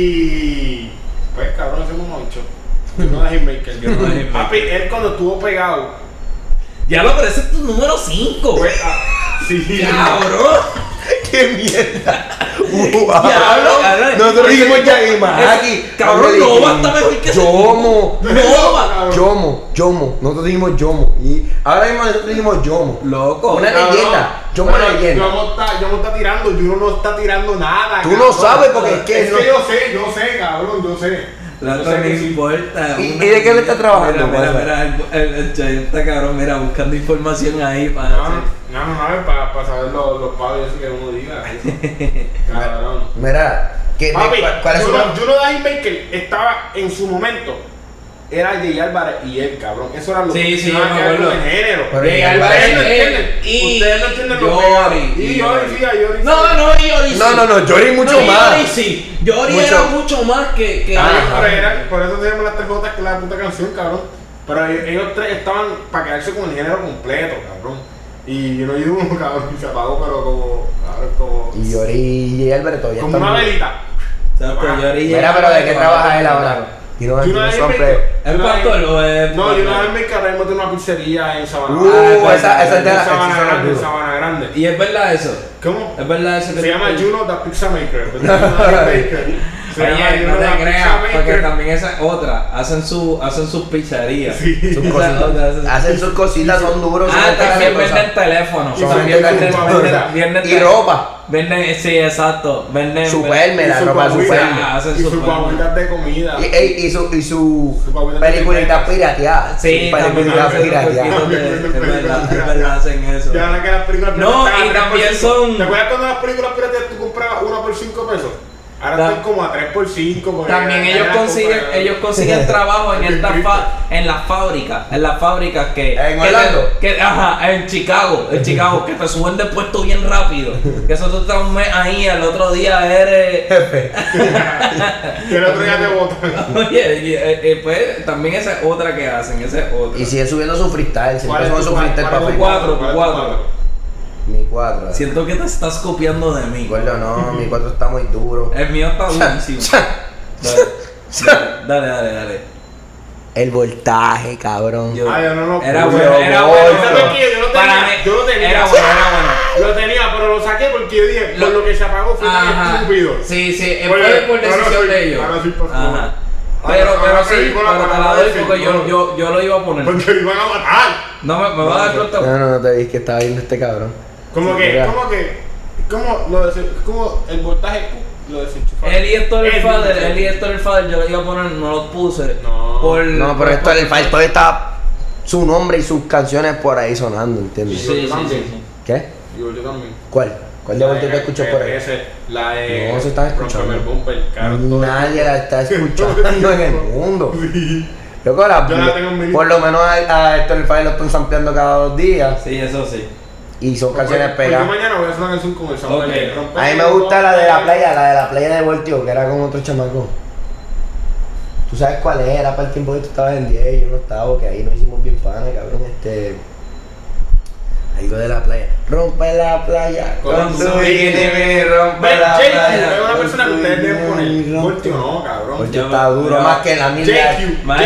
S2: Y pues cabrón, hacemos un 8. No de Hitmaker.
S1: Yo no de Hitmaker.
S2: Papi, él cuando estuvo pegado,
S1: Ya lo pero ese es tu número 5.
S2: pues, ah, sí.
S1: Cabrón.
S3: ¡Qué mierda! Wow.
S1: cabrón.
S3: Nosotros
S1: Ese-
S3: dijimos
S1: ese-
S3: Yagima aquí. Nosotros
S1: cabrón, Nova
S3: dijimos
S1: está mejor que ese-
S3: Yomo.
S1: Nova.
S3: Yomo, Yomo. Nosotros dijimos Yomo. Y ahora mismo nosotros dijimos Yomo.
S1: Loco.
S3: Una
S2: Cabrón,
S3: leyenda. Yomo
S2: pero
S3: es leyenda.
S2: Yomo está, Yomo está tirando, Juno no está tirando nada.
S3: Tú no sabes porque es que no-
S2: yo sé, yo sé, cabrón, yo sé.
S1: La
S2: Yo
S1: otra
S2: sé
S1: no
S2: que sí.
S1: importa.
S3: ¿Y-
S1: una-
S3: y de qué le está trabajando, pues?
S1: Mira,
S3: Juanma?
S1: mira, mira, el, el, el Chayeta, cabrón, mira, buscando información ahí para.
S2: No, no, no, no, para, saber los, los pavos que uno diga. eso. cabrón.
S3: Mira, ¿qué,
S2: Papi,
S3: ¿cuál, cuál es su
S2: Juno, Juno Dime Baker estaba en su momento. Era Jay Álvarez y él, cabrón. Eso era lo
S1: Sí,
S2: que
S1: sí,
S2: nada
S1: yo me
S2: que ver
S1: acuerdo.
S2: con el género.
S3: Pero
S2: Ustedes
S3: Jay
S2: no
S3: Álvarez,
S2: entienden.
S1: él, y
S2: Ustedes no entienden lo
S1: Yori,
S2: que- Y
S1: y
S2: Yori,
S1: Yori.
S2: sí, a Yori.
S1: No,
S2: sí.
S1: no, Yori. sí.
S3: No, no, no, Yori mucho
S1: No,
S3: más.
S1: Yori sí. Yori era
S3: Mucho.
S1: mucho más que. que
S2: Ah,
S3: Ajá.
S2: pero era- por eso se llaman las tres Jotas, que es la puta canción, cabrón. Pero ellos, ellos tres estaban para quedarse con el género completo, cabrón. Y yo no llevo uno, cabrón, y se apagó, pero como, cabrón, como,
S3: Y Yori y Alberto todavía
S2: como
S3: están-
S2: una velita. Ah.
S1: Exacto, Yori
S3: Mira,
S1: era-
S3: pero ¿de qué trabaja él ahora? Y no,
S2: Yo
S3: y no
S2: una vez
S3: siempre.
S2: me-
S1: ¿Es
S2: yo una
S1: pastor
S2: vez-
S1: o es.?
S2: No, yo una vez me carré de una pizzería en Sabana
S3: Uh,
S1: Ah,
S3: esa, esa es de
S2: en
S3: la.
S2: Sabana
S3: esa es
S2: Grande,
S3: de
S2: en
S3: la-
S2: Sabana Grande.
S1: ¿Y es verdad eso?
S2: ¿Cómo?
S1: ¿Es verdad eso que
S2: Se
S1: tú-
S2: llama Juno the Pizza Maker. pues, Juno the Pizza Maker. Se llama
S1: Oye,
S2: Juno
S1: no te
S2: the
S1: creas,
S2: Pizza
S1: porque
S2: Maker.
S1: también esa es otra. Hacen, su, hacen sus pizzerías.
S2: Sí.
S3: sus
S1: Esa es
S3: cositas.
S1: otra, esa es-
S3: Hacen sus cositas, son duros.
S1: Ah,
S3: son
S1: también
S3: cosas.
S1: venden teléfonos.
S2: Y son
S1: También
S2: gente
S1: venden-
S2: con
S1: venden-
S2: ropa.
S1: venden
S3: Y
S1: tele-
S3: ropa.
S1: Venden, sí, exacto. Venden.
S3: Superme, la
S2: Y su
S3: ropa
S2: guaguita.
S3: superme.
S1: Ah, hacen
S2: Y
S1: sus
S2: sus guaguitas de comida.
S3: Y, ey, y su, y su
S2: Su papelita
S3: peliculita
S2: pirata.
S3: pirateada.
S1: Sí,
S3: su
S1: también
S3: peliculita
S1: hacen un
S3: pirateada.
S1: poquito de- Es verdad, es verdad, hacen eso.
S2: Ya ahora que las películas
S1: No,
S2: piratas
S1: y
S2: estaban a
S1: también
S2: 3%.
S1: son-
S2: ¿Te acuerdas cuando las películas piratas tú comprabas una por 5 pesos? Ahora
S1: Da-
S2: están como a 3 por 5. porque
S1: También
S2: ya- ya
S1: ellos
S2: las
S1: consiguen,
S2: compras-
S1: ellos consiguen trabajo en estas fa- en las fábricas, en las fábricas que
S3: ¿En
S1: que-
S3: Orlando?
S1: que- ajá, en Chicago, en Chicago, que te suben de puesto bien rápido. Que eso tú estás un mes ahí, al otro día eres
S3: Jefe.
S2: Y el otro día te botan.
S1: Oye, y, eh, eh, pues también esa es otra que hacen, esa es otra.
S3: Y siguen subiendo su freestyle. Siempre
S2: ¿Cuál
S3: suben
S2: es
S3: su
S2: tu
S3: freestyle
S2: cuál-
S3: para
S2: cuál-
S3: Facebook.
S1: Cuatro,
S2: cuál es tu
S1: cuatro.
S3: Mi cuatro. eh.
S1: Siento que te estás copiando de mí.
S3: Gordo, no, mi cuatro está muy duro.
S1: El mío está buenísimo. Dale, dale, dale, dale.
S3: El voltaje, cabrón.
S1: Yo-
S2: Ah, yo no lo-
S1: era
S3: yo
S1: bueno,
S3: lo
S1: era
S3: voy,
S1: bueno.
S2: ¿Sabes qué? Yo lo tenía,
S1: Para mí,
S2: yo lo tenía.
S1: Era bueno, era bueno.
S2: Lo tenía, pero lo saqué porque yo dije,
S1: Lo-
S2: por lo que se apagó fue tan
S1: Ajá.
S2: estúpido.
S1: Sí, sí, eh,
S2: Oye,
S1: fue por
S2: ahora
S1: decisión
S2: sí,
S1: de ellos.
S2: ahora sí, por favor.
S1: Ajá.
S2: Ahora-
S1: Pero,
S2: ahora
S1: pero
S2: sí,
S1: sí,
S2: con la
S1: pero te la
S2: palabra Pues,
S1: doy
S2: sí,
S1: porque yo,
S2: bueno.
S1: yo, yo lo iba a poner.
S2: Porque lo iban a matar.
S1: No me, me va a dar
S3: No,
S1: pronto.
S3: no, no te vi que estaba viendo este cabrón.
S2: Como
S3: Sí,
S2: que,
S3: mira.
S2: como que, como lo desen- como el voltaje uh, lo desenchufaron.
S1: Él y Héctor el
S2: Él
S1: Fader,
S2: dice-
S1: él y Héctor el Fader, yo lo iba a poner, no lo puse.
S2: No.
S1: Por-
S3: No, pero esto, el falto está su nombre y sus canciones por ahí sonando,
S1: Sí,
S3: ¿entiendes?
S1: sí, sí. sí.
S3: ¿qué?
S2: Yo, yo también.
S3: ¿Cuál? ¿Cuál de voltaje te escuchó por ahí?
S2: Ese, la de.
S3: No, se están escuchando.
S2: Rompeme el bumper, caro, todo.
S3: Nadie la está escuchando en el mundo.
S2: Sí.
S3: Loco, la-
S2: Yo la tengo en mi
S3: por lo menos a, a Héctor el Fire lo están sampleando cada dos días
S1: Sí, eso sí.
S3: y son
S2: Pues,
S3: canciones
S2: pues, yo Pues,
S3: pegadas.
S2: mañana voy a hacer una canción con el soundtrack
S1: Ok.
S2: de Rompeme
S3: A mí me
S2: el
S3: gusta la de la
S2: bumper.
S3: playa, la de la playa de Voltio, que era con otro chamaco. ¿Tú sabes cuál es? era? Para el tiempo que tú estabas en 10 y yo no estaba, que ahí nos hicimos bien pana, cabrón, este... Algo de la playa. Rompe la playa
S2: Con
S3: con
S2: su
S3: su bikini, rompe
S2: Ve,
S3: la
S2: JQ,
S3: playa.
S2: es una
S3: con
S2: persona que
S3: su
S2: ustedes deben
S3: bikini,
S2: poner.
S3: rompe-
S2: Voltio no, cabrón.
S3: Voltio está duro,
S1: Yo-
S3: más que la mierda.
S2: JQ,
S1: Mira.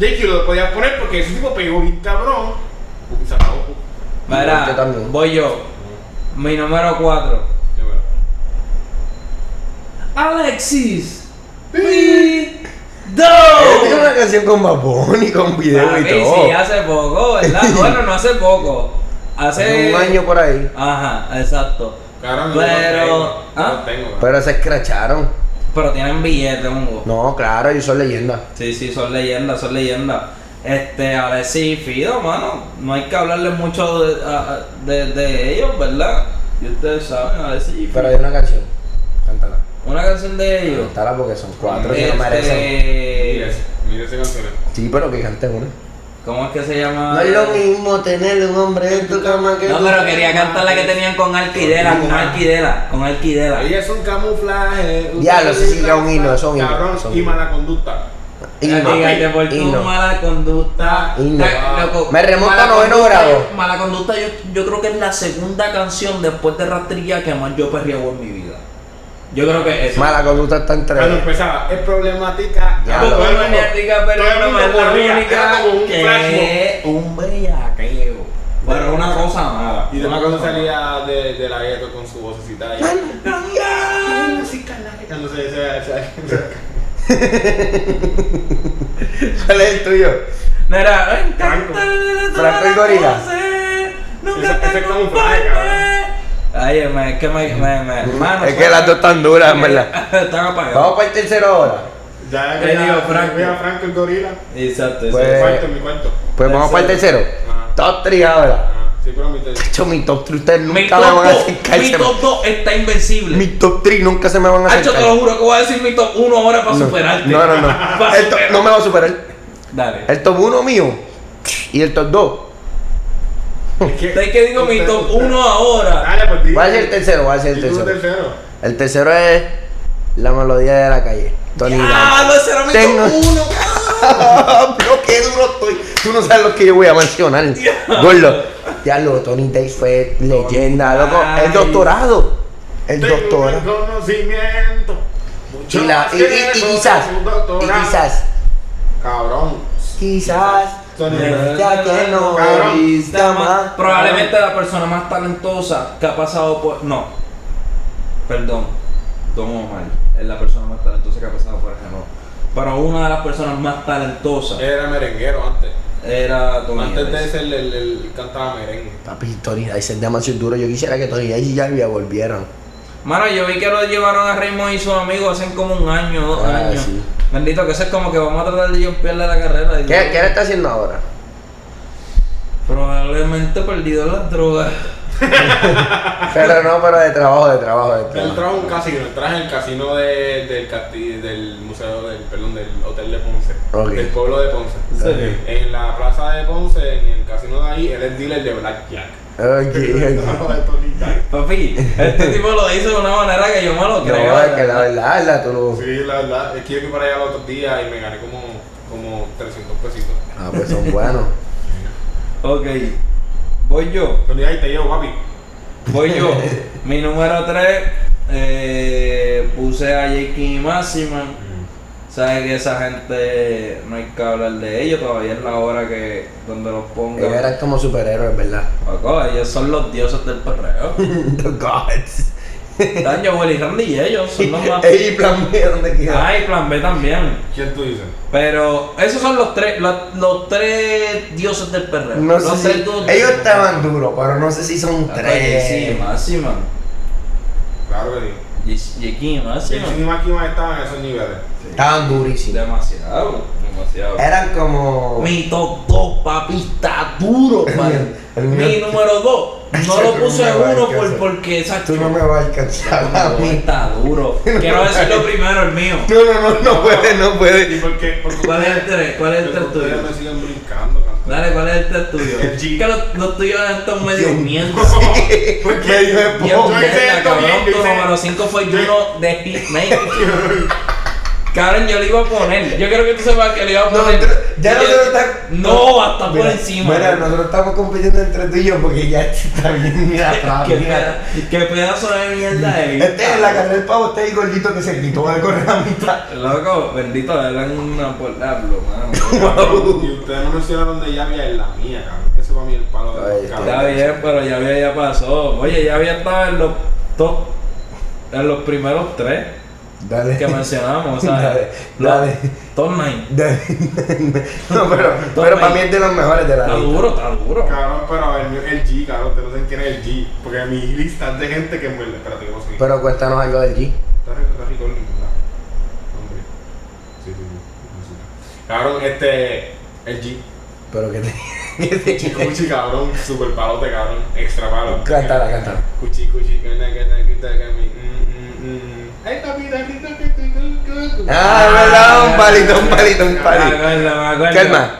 S2: JQ, JQ lo podías poner porque ese tipo pegó bien cabrón. Y se acabó.
S3: Yo
S1: Mira,
S3: también.
S1: voy yo. Mi número 4.
S2: Ya, bueno.
S1: Alexis.
S3: Él
S2: Este
S3: tiene
S1: Do.
S3: una canción con Baboni, con video y todo.
S1: Ah, Sí, hace poco, ¿verdad? Bueno, no hace poco. Hace
S3: Un año por ahí.
S1: Ajá, exacto.
S2: Cabrón,
S1: Pero-
S2: yo no tengo,
S1: ¿Ah?
S2: no tengo, cabrón.
S3: Pero se escracharon.
S1: Pero tienen billetes, hongo.
S3: No, claro, ellos son leyendas.
S1: Sí, sí, son leyendas, son leyendas. Este, Alexis y Fido, mano, no hay que hablarles mucho de, a- de, de ellos, ¿verdad? Y ustedes saben, Alexis y Fido.
S3: Pero hay una canción. Cántala.
S1: Una canción de ellos.
S3: Cántala porque son cuatro que
S1: Este,
S3: no merecen.
S2: Mira, ese- mira esa canción.
S3: Sí, pero que cante una.
S1: ¿Cómo es que se llama?
S3: No es lo mismo tener un hombre en tu cama que.
S1: No, pero quería cantar la que tenían con Alquidela, con Alquidela, con Alquidela.
S2: Ahí es un camuflaje. un
S3: Diablo, eso sí que es un himno, eso es un himno,
S2: Cabrón,
S3: eso es un
S2: y
S3: himno.
S2: mala conducta.
S3: Y
S1: Eh, fíjate, por tu
S3: no.
S1: mala conducta.
S3: Y no.
S1: Eh,
S3: Me remonta
S1: mala
S3: a noveno
S1: conducta,
S3: grado.
S1: yo- Mala conducta, yo, yo creo que es la segunda canción después de Rastrilla que más yo perreaba en mi vida. Yo creo que es.
S3: Mala conducta está entre.
S1: Ah,
S2: Cuando empezaba, es problemática.
S3: Ya.
S2: todo el mundo-
S1: Problemática, pero
S2: todo el
S1: no
S2: mundo
S1: es la
S2: corría,
S1: única
S2: era como un
S1: que-
S2: flash mob.
S1: Un bellaqueo. Pero una cosa mala.
S2: Y demás cuando salía de, de la gueto con su vocecita
S1: pues.
S2: ahí. Así, carnal, Cuando se se- se-
S3: ¿Cuál es el tuyo?
S1: No era. "Ay,
S2: Franco.
S1: cántale,
S3: Franco y
S1: no
S3: Gorila.
S1: la sé, nunca
S2: Ese-
S1: te
S2: ese es como un
S1: comporté".
S2: fly, cabrón.
S1: Ay, me- es que me. me, me- mano,
S3: es que las dos están duras, en verdad.
S1: Están apagados.
S3: Vamos para el tercero ahora.
S2: Ya
S1: Le digo,
S2: ya-
S1: Franco.
S2: Mira, Franco el gorila.
S1: Exacto,
S3: Pues-
S1: exacto.
S2: Mi cuarto, mi cuarto.
S3: Pues vamos para el tercero.
S2: Ajá.
S3: Top 3 ahora.
S2: Ajá, Sí, pero mi tercero.
S3: Hacho, mi top 3 ustedes
S1: Ah. Mi
S3: nunca
S1: top,
S3: me van a
S1: dos,
S3: acercar.
S1: mi
S3: se
S1: top
S3: me-
S1: 2 está
S3: Mi
S1: invencible.
S3: top 3 nunca se me van a
S1: Hacho,
S3: acercar.
S1: te lo juro que voy a decir mi top 1 ahora para
S3: No,
S1: superarte.
S3: No, no, no.
S1: Para
S3: El top-
S1: superar-
S3: no me va a superar.
S1: Dale.
S3: El top 1 mío y el top 2.
S2: Es
S1: Te que digo mi
S2: usted-
S1: top
S2: usted-
S1: 1 ahora.
S2: Dale, pues di.
S3: Va a ser el tercero, va a ser el
S2: ¿Y tú el
S3: tercero.
S2: tercero?
S3: El tercero es La melodía de la calle. Tony
S1: Ah, no, ese era mi
S3: Tengo-
S1: top 1.
S3: Pero qué duro estoy. Tú no sabes lo que yo voy a mencionar. Gordo. Diablo, Tony Day fue leyenda, loco.
S1: Ay.
S3: El doctorado. El
S2: Tengo un
S3: doctorado.
S2: Conocimiento.
S3: Y, la- y- y- y
S2: Mucho
S3: quizás. Y
S2: tiempo, doctorado.
S3: quizás.
S2: Cabrón.
S3: Quizás.
S2: Tony Day.
S3: Ya que no
S2: Cabrón.
S3: vista más.
S1: Probablemente la persona más talentosa que ha pasado por. No. Perdón. Don Omar es la persona más talentosa que ha pasado por ejemplo. Pero una de las personas más talentosas
S2: Era merenguero antes.
S1: era Tony
S2: Eh, Antes de
S1: Reyes.
S2: ese, él, él- él cantaba merengue.
S3: Papi, Tony Dice es demasiado duro. Yo quisiera que Tony Dice y Jarvia volvieran.
S1: Mano, yo vi que lo llevaron a Raymond y sus amigos hace como un año, dos
S3: Ah,
S1: años.
S3: sí.
S1: Bendito, que eso es como que vamos a tratar de jumpearle la carrera. Y
S3: ¿Qué, ¿Qué le está haciendo ahora?
S1: Probablemente perdido en las drogas.
S3: Pero no, pero de trabajo, de trabajo, de
S2: Él
S3: trabajo.
S2: trajo un casino, él trajo el casino de- del casti- del museo, del, perdón, del hotel de Ponce,
S3: Ok.
S2: del pueblo de Ponce.
S1: serio?
S2: En la plaza de Ponce, en el casino de ahí, él es dealer de Blackjack.
S3: Ok, ok.
S2: Trabajo de Tony Stark.
S1: Papi, este tipo lo dice de una manera que yo me lo creo.
S3: No, es que la verdad, la tú lo-
S2: Sí, la verdad, es que yo fui para allá los otros días y me gané como, como 300 pesitos.
S3: Ah, pues son buenos.
S1: Ok, voy yo.
S2: Tony, ahí te llevo, papi.
S1: Voy yo. Mi número 3, puse a Jake y Massiman. Sabes que esa gente no hay que hablar de ellos, todavía es la hora que donde los pongan.
S3: Ellos eran como superhéroes, ¿verdad?
S1: Loco, ellos son los dioses del perreo.
S3: The gods.
S1: Están Joel y Randy y ellos son los más.
S3: Ey, plan B, ¿dónde queda?
S1: Ah. Ay, plan B también.
S2: ¿Quién tú dices?
S1: Pero esos son los tres, los, los tres dioses del perreo.
S3: No
S1: los
S3: sé si...
S1: tres dioses. Ah, pues,
S3: Ellos estaban duros, pero no sé si son
S1: Loco, Jesse
S3: tres.
S1: y Massiman.
S2: Claro que sí.
S1: Jesse- Jake y
S2: El
S1: Massiman.
S2: Chino Máquina estaba en esos niveles.
S3: Estaban durísimos.
S1: Demasiado, demasiado.
S3: Eran como...
S1: Mi top 2, papi, está duro, padre.
S3: El mío-
S1: Mi número 2. No lo
S3: Tú
S1: puse
S3: me
S1: en
S3: vas a
S1: uno
S3: alcanzar.
S1: por, porque esa
S3: Tú no me vas a alcanzar a mí.
S1: está duro. Quiero decirlo primero, el mío.
S3: No, no, no, no puede, no
S2: ¿Y
S3: puede.
S2: por qué? Porque
S1: ¿Cuál es el tres? ¿Cuál es el tres tuyo?
S2: Ustedes me siguen brincando, canto.
S1: Dale, ¿cuál es el test tuyo?
S2: El G.
S1: Que los lo tuyos estos medio
S3: Dios.
S1: mierda.
S3: Me dijo
S1: Bien
S2: Yo
S3: esponja.
S2: hice
S1: mierda,
S2: esto
S1: cabrón.
S2: bien, yo
S1: Tu
S2: hice-
S1: número 5 fue Juno de Hitmaker. Cabrón, yo lo iba a poner. Yo creo que tú sepas que lo iba
S3: No,
S1: a poner.
S3: entre- ya
S1: Yo-
S3: nosotros está-
S1: No, hasta por
S3: Mira,
S1: encima.
S3: Mira, nosotros estamos compitiendo entre tú y yo porque ya está bien, mira, atrás,
S1: Qué
S3: mira.
S1: peda- Qué pedazo de mierda es.
S3: Este es la carrera del pavo, este es el gordito que se gritó algo en la mitad.
S1: Loco, bendito, eran una por hablo, mano.
S2: Cabrón, Y ustedes no mencionaron de Yavia en la mía, cabrón. Eso para mí es el palo
S3: Ay,
S2: de
S3: este-
S1: Está bien, pero ya había ya pasó. Oye, ya había estado en los top, en los primeros tres
S3: Dale.
S1: que mencionamos, o sea,
S3: Dale,
S1: los
S3: dale.
S1: top nine.
S3: Dale. No, pero, pero para mí es de los mejores de la
S1: Está
S3: lista.
S1: duro, está duro.
S2: Cabrón, pero el, mío es el G, cabrón. Ustedes no saben quién es el G. Porque mi lista es de gente que muerde. Espérate, yo no sé.
S3: Pero cuéntanos algo del G.
S2: Está rico, está rico el ¿verdad? Hombre. Sí, sí, sí. sí, sí. Cabrón, este. El G.
S3: Pero que te. Este
S2: Cuchi cuchi cabrón, super palote cabrón, extra palo. Este,
S3: Cántala, cántala.
S2: Cuchi cuchi, gana, gana, gana, gana, mi, mm, mm, mm. Ay, papi, ratito que te cucu.
S3: Ah, verdad, un palito, un palito, un
S1: Me
S3: palito.
S1: acuerdo, me acuerdo.
S3: Calma.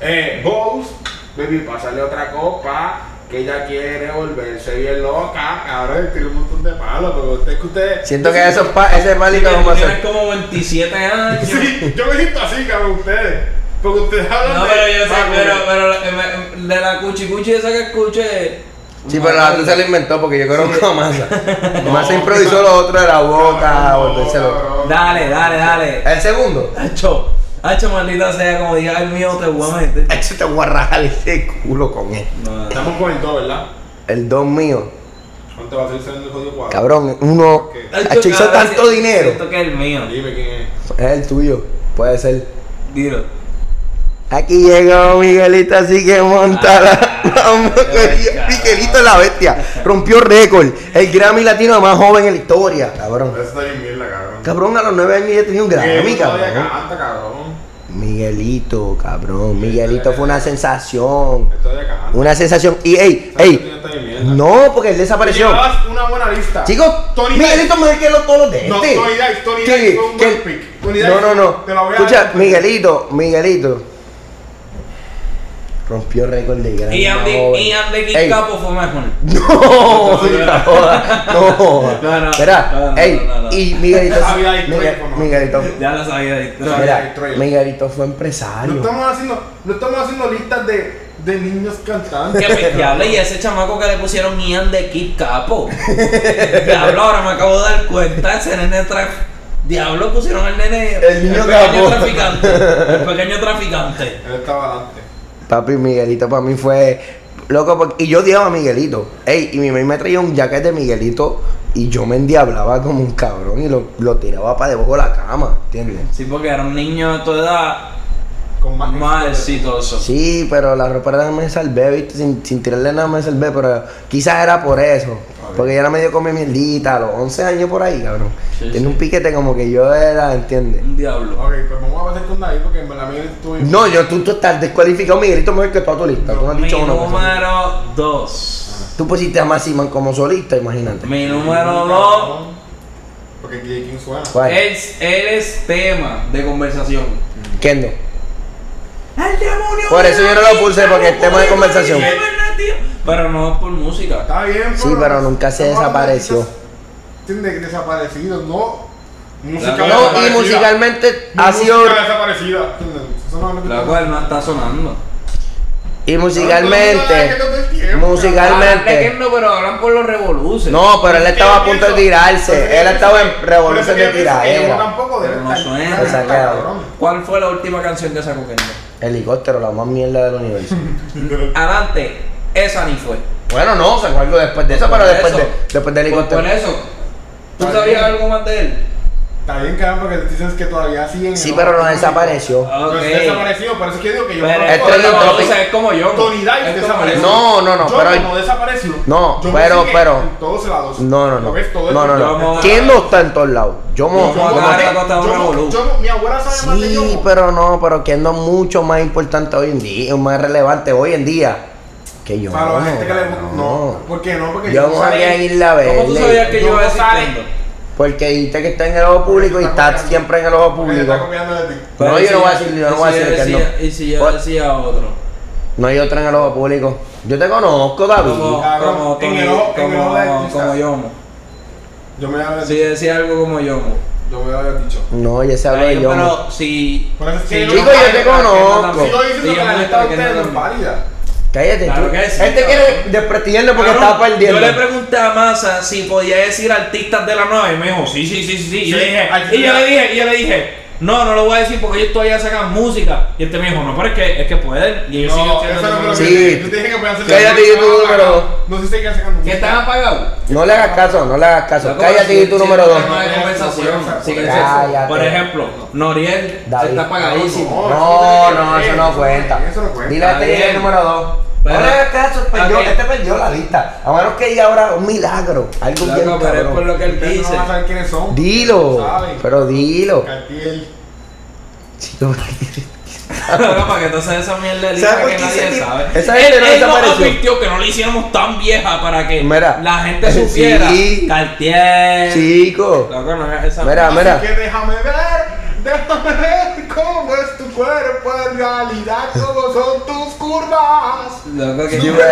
S2: Eh, Bose, baby, pásale otra copa. Que ella quiere volverse bien loca. Cabrón, tiene un montón de palos. Pero usted que usted.
S3: Siento que esos pa- ese
S1: Sí,
S3: palito
S1: que
S3: no
S1: tú
S3: va a
S1: tienes
S3: ser.
S1: como 27 años.
S2: Sí, yo me siento así, cabrón, ustedes. Porque ustedes hablan
S1: No,
S2: de.
S1: pero yo sé,
S2: Paco,
S1: pero, pero eh, me- de la cuchicuchi esa que escuché.
S3: Sí, pero la otra se la inventó porque yo conozco a Massa.
S2: No,
S3: Massa improvisó
S2: no.
S3: lo otro de la boca,
S2: cabrón,
S3: volvérselo.
S2: cabrón.
S1: Dale, dale, dale.
S3: El segundo.
S1: Hacho, hacho, maldita sea, como diga el mío, te voy a meter.
S3: Eso te voy a rajar ese culo con él.
S1: No, no.
S2: Estamos con el 2, ¿verdad?
S3: El don mío.
S2: ¿Cuánto va a ser el jodido cuadro?
S3: Cabrón, uno.
S2: ¿Qué?
S3: Hacho, hizo
S1: cabrón,
S3: tanto
S1: si-
S3: dinero.
S1: Siento que es el mío.
S2: Dime quién es.
S3: Es el tuyo. Puede ser.
S1: Dilo.
S3: Aquí llegó Miguelito, así que montala.
S1: Ah,
S3: Vamos con
S1: qué
S3: ella. Miguelito es la bestia. Rompió récord. El Grammy latino más joven en la historia. Cabrón.
S2: Eso está bien mierda, cabrón.
S3: Cabrón, a los nueve años ya tenía un Grammy,
S2: Miguelito todavía
S3: cabrón.
S2: canta, cabrón.
S3: Miguelito, cabrón. Miguelito fue una sensación.
S2: Él todavía canta.
S3: Una sensación. Y ey,
S2: Esa gente
S3: ey.
S2: está bien mierda.
S3: No, porque él
S2: Y
S3: desapareció.
S2: llevabas una buena lista.
S3: Chicos,
S2: Tony
S3: Miguelito es mejor que los todos los de
S2: Dice. No,
S3: este.
S2: Tony Dice, Tony
S3: ¿Qué?
S2: Dice fue un
S3: ¿Qué?
S2: buen pick. Tony Dice,
S3: No, no, no.
S2: Te la voy a
S3: Escucha,
S2: dar. pues.
S3: Miguelito, Miguelito. Rompió récord de gran.
S1: Y Andy, y Andy
S3: Ey.
S1: Capo fue mejor.
S3: No, no, joda, no, joda.
S1: No, no,
S3: Espera,
S1: no, no,
S3: ey,
S1: no, no.
S3: y Miguelito,
S2: Había ahí
S3: Miguel-
S2: truco, ¿no?
S3: Miguelito,
S1: Ya lo sabía.
S2: No,
S1: Dilo.
S2: había ahí
S3: mira,
S2: truco.
S3: Miguelito fue
S2: No
S3: empresario.
S2: estamos haciendo, no estamos haciendo listas de, de niños cantando.
S1: Que me diablo, y ese chamaco que le pusieron Ian de Kid Capo. Diablo, ahora me acabo de dar cuenta, ese nene tra... Diablo, pusieron al nene.
S3: El niño
S1: pequeño
S3: capo.
S1: traficante. El pequeño traficante.
S2: Él estaba adelante.
S3: Papi, Miguelito para mí fue loco, porque- y yo odiaba a Miguelito. Ey, y mi mamá me traía un jacket de Miguelito y yo me endiablaba como un cabrón y lo, lo tiraba para debajo de la cama, ¿entiendes?
S1: Sí, porque era un niño de tu edad
S2: Con más.
S1: más exitoso.
S3: Sí, pero la ropa era me salvé, ¿viste? Sin, sin tirarle nada me salvé, pero quizás era por eso. Porque yo era medio come mierdita a los 11 años por ahí, cabrón.
S1: Sí,
S3: Tiene
S1: sí.
S3: un piquete como que yo era, ¿entiendes?
S1: Un diablo.
S2: Ok, pues vamos a pasar con David porque en verdad Miguel estuvo.
S3: No, yo, tú, tú estás descualificado, Miguelito, mejor que toda tu lista. Tú no has
S1: Mi
S3: dicho una cosa.
S1: número dos.
S3: Tú pusiste a Massiman como solista, imagínate.
S1: Mi número dos
S2: Cabrón. Porque aquí hay quien suena.
S3: ¿Cuál?
S1: es, él es tema de conversación.
S3: Kendo.
S1: El demonio.
S3: Por eso yo no lo puse, porque es tema de conversación.
S1: Pero no es por música.
S2: Está bien,
S3: Sí, pero nunca se
S2: estamos hablando de
S3: desapareció.
S2: artistas- Tiene que desaparecido, no.
S1: No,
S2: Música
S1: y
S3: No, y
S2: desaparecida.
S3: musicalmente
S2: No
S3: ha sido.
S2: Música desaparecida. ¿entiendes? Eso solamente-
S1: La cual no está sonando.
S3: Y
S2: No, todo el mundo sabe que
S3: musicalmente.
S2: todo el tiempo,
S1: Hablan de
S3: Musicalmente.
S1: no, pero hablan por los revoluces.
S3: No, pero él estaba a punto de tirarse. Él estaba en
S2: revolución
S3: revolución de eh, tiradera.
S2: tampoco
S1: Pero no suena.
S2: Ay,
S1: Se ha
S3: quedado.
S2: cabrón.
S1: ¿Cuál fue la última canción que sacó Kendall?
S3: Helicóptero, la más mierda del universo.
S1: Adelante, esa ni fue.
S3: Bueno, no, sacó algo después de eso,
S1: Por
S3: pero después,
S1: eso.
S3: de, después de
S1: Pues
S3: helicóptero.
S1: con eso. ¿Tú
S2: Está
S1: sabías
S2: bien.
S1: algo más de él?
S2: Está bien, cabrón, porque te dices que todavía siguen.
S3: Sí, pero no desapareció.
S1: Ah,
S2: Pero
S1: ok.
S2: sí desapareció, por eso es que digo que yo.
S1: Pero
S2: conozco
S1: es
S3: Esto
S1: por
S3: es
S1: los
S3: un
S1: revoluces,
S3: tropi-
S1: es como yo.
S2: Tony Dice
S1: Es como
S2: desapareció.
S1: yo.
S3: No, no, no,
S2: Yo
S3: pero-
S2: como desapareció.
S3: No,
S2: yo
S3: pero-
S2: pensé que
S3: pero-
S2: en Todos se la dos.
S3: No, no, no.
S2: Lo ves, todo el
S3: No, no,
S2: mundo-
S1: Vamos
S3: no.
S1: a-
S3: ¿Quién no está en todos lados? Yo mo-
S1: Vamos a
S3: yo mo-
S1: agarrar la costa de un
S2: Yo-
S1: revolú.
S2: yo- mi abuela sabe más de yo.
S3: Sí, pero no, pero Kendo es mucho más importante hoy en día, más relevante hoy en día que yo.
S2: Para la gente que le gusta. No,
S3: no.
S2: ¿por qué no? Porque
S3: Yo no
S2: sabía-
S3: sabía ir la
S1: ¿Cómo tú sabías
S3: verde.
S1: que yo
S2: Yo
S1: iba a
S2: no
S1: decir
S2: sabe.
S1: Kendall?
S3: Porque dijiste que está en el ojo público y está siempre en el ojo
S2: Porque se está
S3: público.
S2: copiando de ti.
S1: Pero
S3: No,
S1: y
S3: yo no
S1: si-
S3: voy a decir, yo no
S1: y
S3: voy a
S1: si
S3: decir
S1: yo
S3: que
S1: decía-
S3: no.
S1: Y si yo
S3: Por-
S1: decía otro.
S3: No hay otra en el ojo público. Yo te conozco, David.
S1: Como,
S2: Cabrón,
S1: como,
S2: en
S1: Tony-
S2: el ojo- en el ojo de
S1: como,
S2: artista.
S1: como Yomo.
S2: Yo me había
S1: Si decía algo como Yomo.
S2: Yo me había dicho.
S3: No, ya se habló
S1: Ay,
S3: de yo. mo-
S1: Pero si.
S2: Por eso es
S1: si
S2: que yo-
S3: Chico, yo te
S1: Kendall
S3: conozco.
S1: también.
S2: Sigo diciendo
S1: Sí,
S2: que la
S1: yo
S2: lista de
S1: creo que
S2: ustedes no
S1: Kendall
S2: es
S1: también.
S2: válida.
S3: Cállate.
S1: Claro
S3: tú.
S1: que sí,
S3: Él te
S1: cabrón.
S3: quiere desprestigiarlo porque
S1: Cabrón,
S3: está perdiendo.
S1: Yo le pregunté a Massa si podía decir artistas de la nueva y me dijo, sí, sí, sí, sí, sí. Y,
S2: Sí,
S1: yo le dije,
S2: artistas
S1: y yo
S2: de
S1: le
S2: la-
S1: dije, y yo le dije, no, no lo voy a decir porque ellos todavía sacan música. Y este me dijo, no, pero es que, es que pueden. Y ellos siguen
S2: No,
S1: siendo
S2: eso no me lo
S3: Sí.
S2: dije. Yo te dije que voy a hacer
S3: Cállate,
S2: la-
S3: YouTube,
S2: Ah,
S3: pero-
S2: No sé si seguir sacando.
S1: ¿Que están apagados?
S3: No le hagas caso, no le hagas caso.
S1: Loco,
S3: Cállate
S1: sí,
S3: y tu
S1: sí,
S3: número
S1: sí,
S3: dos.
S1: tema de
S2: No,
S1: conversación.
S2: no, no,
S1: Sí, que
S3: no,
S1: es eso.
S3: cállate.
S1: Por ejemplo, Noriel
S3: David.
S1: está apagadísimo.
S3: No, no, eso no cuenta.
S2: Eso no cuenta.
S3: Dile a este que es el número 2. No
S1: Pero-
S3: le hagas caso, perdió,
S1: Ok.
S3: este perdió la lista. A menos que diga ahora un milagro. Algo bien
S1: Loco, pero es por
S3: cabrón.
S1: lo que él
S2: Ustedes
S1: dice.
S2: no van a saber quiénes son.
S3: Dilo,
S2: Saben.
S3: pero dilo.
S2: Cartier.
S3: Chico,
S1: para que entonces esa mierda de
S3: ¿Sabes por
S1: que
S3: qué
S1: nadie
S3: ese-
S1: sabe.
S3: esa
S1: él,
S3: gente no
S1: él nos
S3: desapareció?
S1: advirtió que no la hiciéramos tan vieja para que
S3: Mira,
S1: la gente
S3: sí.
S1: supiera. Cartier.
S3: Chico.
S1: Loco, no es esa
S3: Mira,
S2: Así
S3: mira.
S2: que déjame ver, déjame ver cómo es tu cuerpo en realidad, cómo son tus curvas.
S1: Loco, que
S3: Yo
S1: yo,
S3: iba,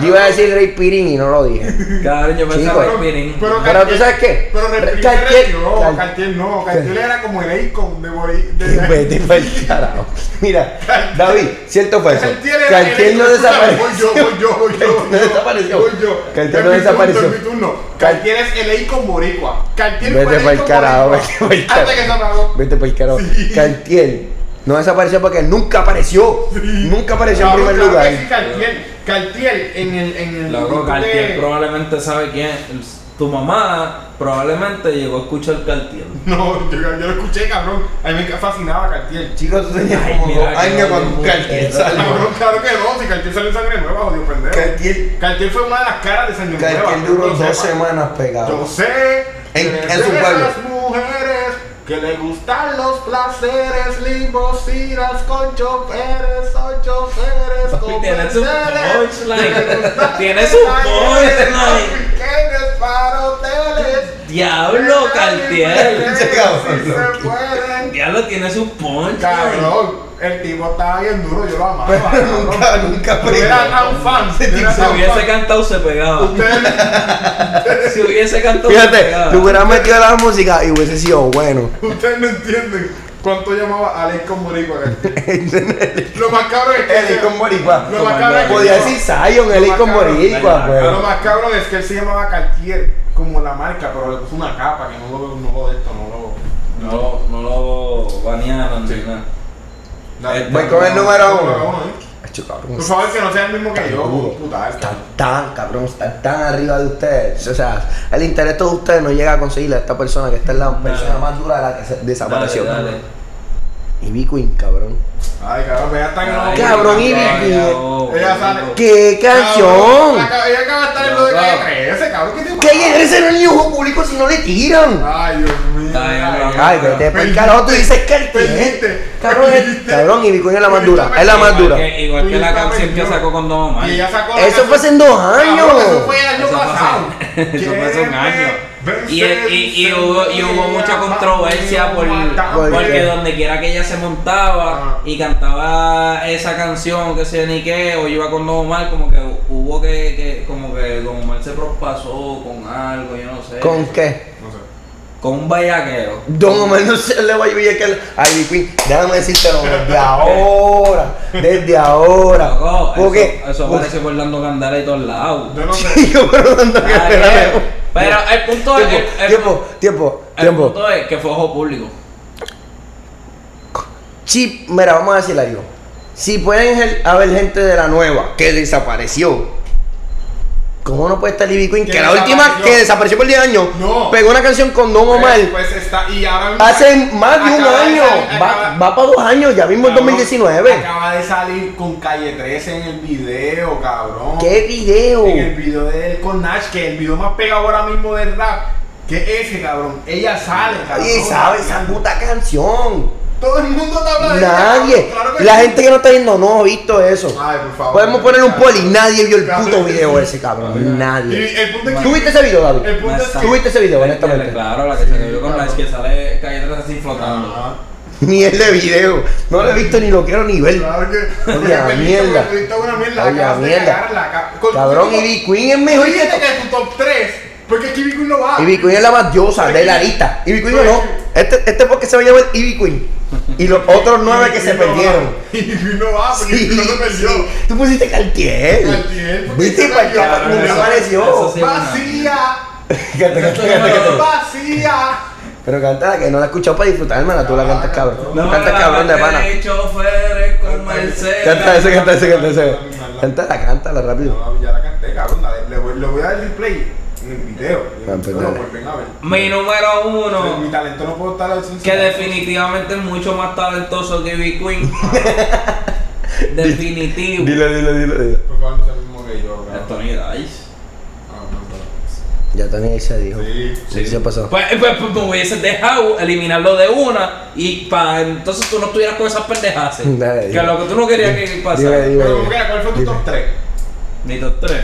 S3: yo iba a decir Rey Pirin y no lo dije.
S1: cabrón, yo pensaba
S3: Chico.
S1: en Pirin.
S3: Pero tú sabes qué,
S2: Pero Cartier,
S3: Cartier-
S2: no,
S3: Car-
S2: Cartier no, Cartier era como el Akon de Bori- de-
S3: Vete pa'l carajo. Mira, David, cierto fue eso.
S2: Cartier era
S3: Cartier
S2: el
S3: no
S2: Akon.
S3: desapareció.
S2: Voy yo, voy yo, voy yo.
S3: Cartier no
S2: voy yo,
S3: desapareció.
S2: voy yo.
S3: Cartier
S2: Es
S3: no
S2: mi
S3: desapareció.
S2: turno, es mi turno.
S3: Car-
S2: Cartier es el Akon boricua. Cartier fue
S3: Vete
S2: el
S3: pa'l
S2: Akon
S3: carajo, vete
S2: boricua.
S3: pa'l
S2: Hasta que se
S3: carajo.
S2: apagó.
S3: Vete pa'l carajo. Cartier no desapareció porque nunca apareció. Nunca apareció en
S2: Cabrón,
S3: primer
S2: claro
S3: lugar.
S2: que sí, Cartier, Cartier en el en el
S1: Loco,
S2: grupo
S1: Cartier
S2: de-
S1: probablemente sabe quién es. Tu mamá probablemente llegó a escuchar Cartier.
S2: No, yo, yo lo escuché, cabrón. A mí me fascinaba Cartier.
S3: Chicos, tú tenías
S1: Ay,
S3: como
S1: mira,
S3: dos
S1: que
S3: años
S1: no
S3: cuando
S1: me
S3: Cartier
S1: gusta.
S3: salió.
S2: Cabrón, claro que no, si Cartier salió en sangre nueva, jodido pendejo.
S3: Cartier,
S2: Cartier fue una de las caras de San
S3: Cartier duró dos semanas
S2: Yo
S3: pegado.
S2: sé
S3: En-
S2: que
S3: en su
S2: de
S3: pueblo.
S2: esas mujeres que le gustan los placeres, limosinas con choferes, son choferes, con
S1: Tiene su
S2: placeres.
S1: punchline. Tiene su punchline.
S2: para hoteles.
S1: Diablo, Cartier.
S2: Sí
S3: Cabrón.
S2: se pueden.
S1: Diablo tiene su punchline.
S2: Cabrón, el tipo estaba bien duro, yo lo amaba.
S3: Pero
S2: cabrón.
S3: nunca, nunca
S2: Yo era tan
S3: pegó.
S2: fan.
S3: Ese
S2: yo
S3: tipo
S2: era
S1: Si
S2: tan
S1: hubiese
S2: fan.
S1: cantado, se pegaba.
S2: Ustedes-
S1: Si hubiese cantado, se
S3: Fíjate,
S1: pegaba.
S3: le hubieran metido la música y hubiese sido bueno.
S2: Ustedes no entienden cuánto llamaba Alex con Boricua. Lo más cabrón es que.
S3: El icon boricua.
S2: Lo más cabrón es que-
S3: Podía decir Zion, el icon boricua,
S2: Lo
S3: pues.
S2: más cabrón es que él se llamaba Cartier, como la marca, pero le puso una capa que no lo no lo de esto, no
S1: No, no lo banearon ni nada.
S2: lo.
S1: Eh,
S3: voy con el número uno.
S2: ¿eh?
S3: Acho,
S2: Por
S3: cabrón,
S2: favor, que no sea el mismo que yo,
S3: Duro.
S2: puta.
S3: Están tan, cabrón, están tan arriba de ustedes. O sea, el interés de ustedes no llega a conseguirle a esta persona que esta es la
S1: Dale.
S3: persona más dura de la que se- desapareció.
S1: Dale, dale.
S3: Y B Queen, cabrón.
S2: Ay, cabrón, ya está
S1: Ay,
S2: que no.
S3: Cabrón, y
S1: cabrón,
S3: Vicky.
S1: cabrón.
S2: Ella sale.
S3: ¡Qué
S2: Cabrón,
S3: canción!
S2: acá- Ella acaba de estar en lo de
S1: Loco.
S2: calle 13, cabrón, ¿qué te
S3: ¿Qué hay ese no es el ojo público si no le tiran?
S2: Ay, Dios mío.
S1: Ay, cabrón.
S3: Ay, vete pa'l
S2: Perdiste,
S3: carajo, tú dices que el
S2: perdiste,
S3: Cabrón, es-
S2: perdiste.
S3: cabrón, y B Queen es la más dura. Es la más
S1: Igual
S3: dura.
S1: que, igual que la
S2: Perdiste,
S1: canción que
S2: perdiste.
S1: sacó con Don Omar.
S2: Y ella sacó la
S3: Eso fue hace
S2: canción.
S3: dos
S2: Cabrón, Eso
S3: años.
S2: fue el año
S1: Eso fue hace-
S2: pasado.
S1: eso fue hace un año.
S2: Quiere
S1: Y, el- y- y hubo, y hubo mucha controversia por,
S3: ¿Por qué?
S1: porque donde quiera que ella se montaba
S2: Ah.
S1: y cantaba esa canción, que sé ni qué, o iba con Don Omar, como que hubo que, que como que Don Omar se propasó con algo, yo no sé.
S3: ¿Con qué?
S2: No sé.
S1: con un vallaqueo.
S3: Don Omar no se le va a llover que Ay, Queen, déjame decírtelo desde ahora, desde ahora.
S1: Loco,
S3: Porque,
S1: eso, eso aparece por dando candela y todos lados.
S2: Yo no sé.
S3: Yo pero no ando que
S1: Ah,
S3: espérame.
S1: Pero el punto es,
S3: Tiempo,
S1: el- el-
S3: tiempo, tiempo,
S1: el
S3: tiempo.
S1: punto es que fue ojo público.
S3: Chip, mira, vamos a decirla yo. Si pueden gel- haber gente de la nueva que desapareció, ¿cómo no puede estar Libby Queen?
S2: Que
S3: Que la última
S2: desapareció.
S3: que desapareció por 10 años,
S2: No.
S3: pegó una canción con Don Omar.
S2: Pues, Pues está, y ahora mismo-
S3: Hace más de un
S2: acaba de
S3: año,
S2: salir-
S3: va,
S2: acaba-
S3: va para dos años, ya mismo en
S2: cabrón,
S3: 2019.
S2: Acaba de salir con Calle 13 en el video, cabrón.
S3: ¡Qué video!
S2: En el video de él con Nash, que es el video más pegado ahora mismo del rap. Que ese, cabrón. Ella sale, cabrón.
S3: Nadie sabe esa puta canción.
S2: Todo el mundo te habla de ella,
S3: Nadie.
S2: cabrón, claro que
S3: La
S2: sí.
S3: gente que no está viendo no ha visto eso.
S2: Ay, por favor.
S3: Podemos poner un poli.
S2: nada
S3: Nadie vio el
S2: Cabrón.
S3: puto video ese, cabrón.
S2: Y
S3: Nadie.
S2: el punto es que.
S3: ¿Tuviste ese video, David?
S2: El punto es que.
S3: ¿Tuviste ese video, honestamente?
S1: Claro, la que se
S2: Sí,
S1: cayó con la
S2: claro.
S1: es que sale cayendo así flotando.
S3: Ah.
S2: Ajá.
S3: Mierda de video. No lo he visto ni lo quiero ni ver.
S2: Claro que.
S3: Oye, a
S2: Porque
S3: mierda.
S2: Pelito, Pelito, una mierda.
S3: Oye, a
S2: acabas de
S3: mierda.
S2: cagarla, ca- con-
S3: Cabrón,
S2: con-
S3: Ivy Queen es mejor
S2: Tú dijiste
S3: que.
S2: que tu top 3. Porque es que Ivy Queen no va.
S3: Ivy Queen es la más diosa de la lista. Ivy Queen o no. Este, este porque se va a llamar Ivy Queen. Y los otros nueve que se perdieron.
S2: Ivy Queen no va, Ah, porque Ivy
S3: Sí,
S2: Queen no se perdió.
S3: sí. Tú pusiste Cartier.
S2: Cartier, porque
S3: ¿Viste?
S2: se
S3: Para
S2: cayó.
S3: carajo, ni me
S1: Eso-
S3: apareció.
S1: eso sí.
S2: Vacía.
S3: Cántala, cántala,
S2: Pero
S3: cántala.
S2: vacía.
S3: Pero cántala, que no la he escuchado para disfrutar, hermana. Tú la cantas cabrón.
S1: No
S3: Tú cantas cabrón de pana.
S1: choferes con Mercedes.
S3: Canta ese, canta ese, canta ese. Cántala, cántala rápido.
S2: No, ya la canté, cabrón. la- Le voy, le voy a dar el play en el video.
S3: Ah, pues
S2: no lo
S3: dale.
S2: vuelven a ver.
S1: Mi número
S2: Pero Mi
S1: uno,
S2: talento no puedo estar sin
S1: que definitivamente es mucho más talentoso que B. Queen. Definitivo.
S3: Dilo, dilo, dilo, dilo.
S2: Por favor, no sea el mismo que yo, cabrón.
S1: Anthony Dice.
S2: Ah, no,
S3: Ya también ahí se dijo.
S2: no. Sí.
S3: Sí, se pasó.
S1: Pues, pues, pues me hubiese dejado eliminarlo de una y para entonces tú no estuvieras con esas pendejas.
S3: Dale,
S1: que
S3: dime.
S1: lo que tú no querías que pasara.
S3: Dime, dime.
S2: Pero como quiera, ¿cuál fue tu
S3: Dime.
S2: top 3?
S1: Mi top 3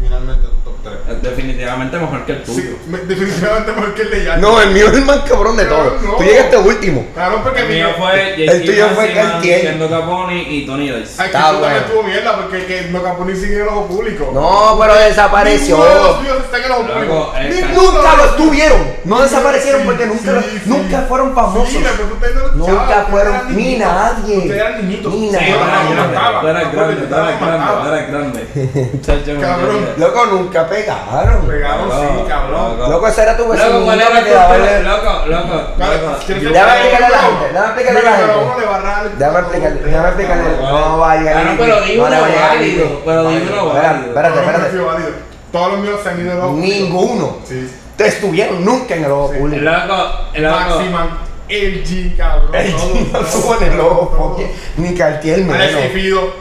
S2: Finalmente tu top 3.
S1: es definitivamente mejor que el tuyo.
S2: Sí, me- definitivamente porque el de Yankee.
S3: No, el mío es el más cabrón de
S2: No,
S3: todos.
S2: no.
S3: Tú llegaste último.
S2: Claro, porque
S1: El
S2: mi-
S1: mío fue
S3: El
S1: Jay-Z
S3: tuyo fue
S1: Massiman,
S3: Cartier.
S1: Kendo Caponi y Tony Dice.
S2: Ay,
S3: Está
S2: que eso
S3: bueno.
S2: también estuvo mierda porque que no capó ni siquiera el ojo público.
S3: No, pero desapareció.
S2: Ninguno de los míos está en el ojo
S1: Luego, eh,
S2: público.
S1: el Cartier.
S2: Ninguno de
S3: Nunca
S2: los
S3: los
S2: míos.
S3: tuvieron. No
S2: Sí,
S3: desaparecieron
S2: sí,
S3: porque nunca,
S2: sí, sí.
S3: nunca fueron famosos.
S2: Sí, la verdad, ustedes no luchaban,
S3: Nunca
S2: ustedes
S3: fueron
S2: eran
S3: ni
S2: niñitos.
S3: nadie.
S2: Ustedes eran niñitos.
S3: Ni
S2: Sí,
S3: nadie.
S2: yo
S1: Era
S2: no, yo no estaba.
S1: grande,
S2: Yo no
S1: era
S2: estaba.
S1: grande, era grande. Chacho, me
S2: Cabrón.
S1: quería.
S3: Loco, nunca pegaron.
S2: Pegaron,
S1: Loco,
S2: sí, cabrón.
S1: loco.
S3: Loco, esa era tu
S1: Loco,
S3: vecino
S1: ¿cuál era
S3: que
S1: el
S3: te daba
S1: culpable?
S3: el-
S1: Loco, loco, loco.
S2: ¿Quieres
S3: Yo-
S2: ser
S3: Déjame
S2: para
S3: explicarle a la
S2: uno?
S3: gente, déjame explicarle a la
S2: Mira,
S3: gente.
S2: uno le va a arrancar-
S3: Déjame explicarle, déjame explicarle.
S1: Vale.
S3: No va a llegar.
S1: Ah, no,
S3: ningún-
S1: pero di
S3: le
S1: uno
S3: va a llegar
S1: válido,
S3: ningún-
S1: pero di uno
S3: Espera,
S1: válido.
S3: Espérate,
S2: Todos los míos
S3: espérate.
S2: han sido válidos. Todos los míos se han ido del ojo público.
S3: Ninguno.
S2: Sí.
S3: Te estuvieron nunca en el ojo
S2: Sí.
S3: público.
S1: Loco, loco.
S2: Maximan, LG, cabrón.
S3: El
S2: todos,
S3: chino no
S2: todos,
S3: estuvo en el
S2: todos,
S3: ojo,
S2: todos.
S3: porque ni Cartier menos.
S2: Alexis Fido,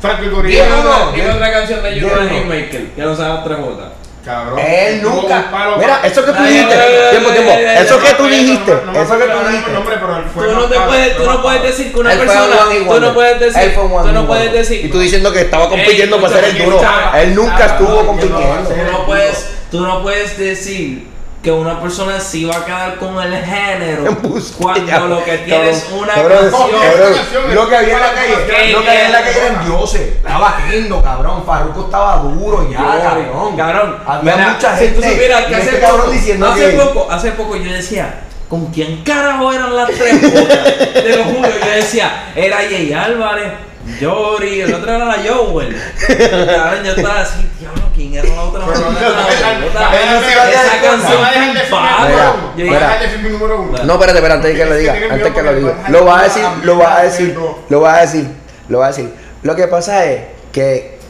S2: Franco y Correa.
S1: Dime
S3: uno,
S1: una- dime otra canción de Juno
S3: Dime
S1: de
S3: uno.
S1: Hitmaker, que no sabes tres botas.
S2: Cabrón.
S3: Él
S2: Tuvo
S3: nunca.
S2: un palo-
S3: Mira, eso que tú
S1: Ay,
S3: dijiste.
S1: ay, ay,
S3: Tiempo,
S1: ay,
S3: tiempo.
S1: ay, ay,
S3: Eso
S1: no
S3: que tú
S2: me acuerdo,
S3: dijiste. Eso
S2: no me
S3: que tú
S2: acuerdo ahora mismo
S3: dijiste.
S2: el nombre, pero él fue
S1: Tú no te
S2: más
S1: puedes, tú
S2: palo, fue
S1: no
S2: más
S1: puedes
S2: palo.
S1: decir que una
S3: Él fue
S1: persona,
S3: un one and
S1: tú no
S3: wonder.
S1: puedes decir,
S3: Él fue un one
S1: tú no
S3: and
S1: puedes
S3: wonder.
S1: decir.
S3: Y tú diciendo que estaba compitiendo
S1: Ey,
S3: por ser el
S1: escucha,
S3: duro.
S1: escucha.
S3: Él nunca
S1: Ah,
S3: estuvo
S1: no,
S3: compitiendo.
S1: Tú no puedes, tú no puedes decir que una persona sí va a quedar con el género
S3: Embuste, ya.
S1: cuando lo que tienes es
S3: Cabrón,
S1: una
S3: cabrón,
S1: canción.
S3: cabrón,
S2: canción.
S3: Lo que había en la calle,
S1: Ey,
S3: lo que había en la calle
S2: ey,
S3: eran dioses. Estaba gendo, cabrón. Farruko estaba duro ya, cabrón.
S1: Cabrón,
S3: Había
S1: mira,
S3: mucha
S1: si
S3: gente.
S1: tú supieras que
S3: y
S1: hace
S3: este cabrón
S1: poco,
S3: diciendo
S1: hace
S3: que-
S1: poco, hace poco yo decía, ¿con quién carajo eran las tres putas? Te lo juro, yo decía, era Jay Álvarez, Yori, el otro era la Jowell. Cabrón, yo estaba así, diablo, ¿quién era la otra?
S2: Pero no,
S1: puta?
S2: no, no, no, no,
S1: Esa
S3: no,
S1: canción
S2: Va a dejar de
S1: fue un
S2: ser mi número
S1: palo. Yo
S2: uno. Va a
S1: dije,
S3: Espera.
S2: dejar de ser mi número uno.
S3: No, espérate, espérate, antes que lo
S2: Es que
S3: diga,
S2: tiene
S3: antes
S2: miedo
S3: que lo
S2: porque
S3: diga.
S2: el
S3: Lo va a
S2: Barça
S3: decir,
S2: está
S3: lo va a decir,
S2: haciendo-
S3: lo va a decir, lo va a decir. Lo que pasa es que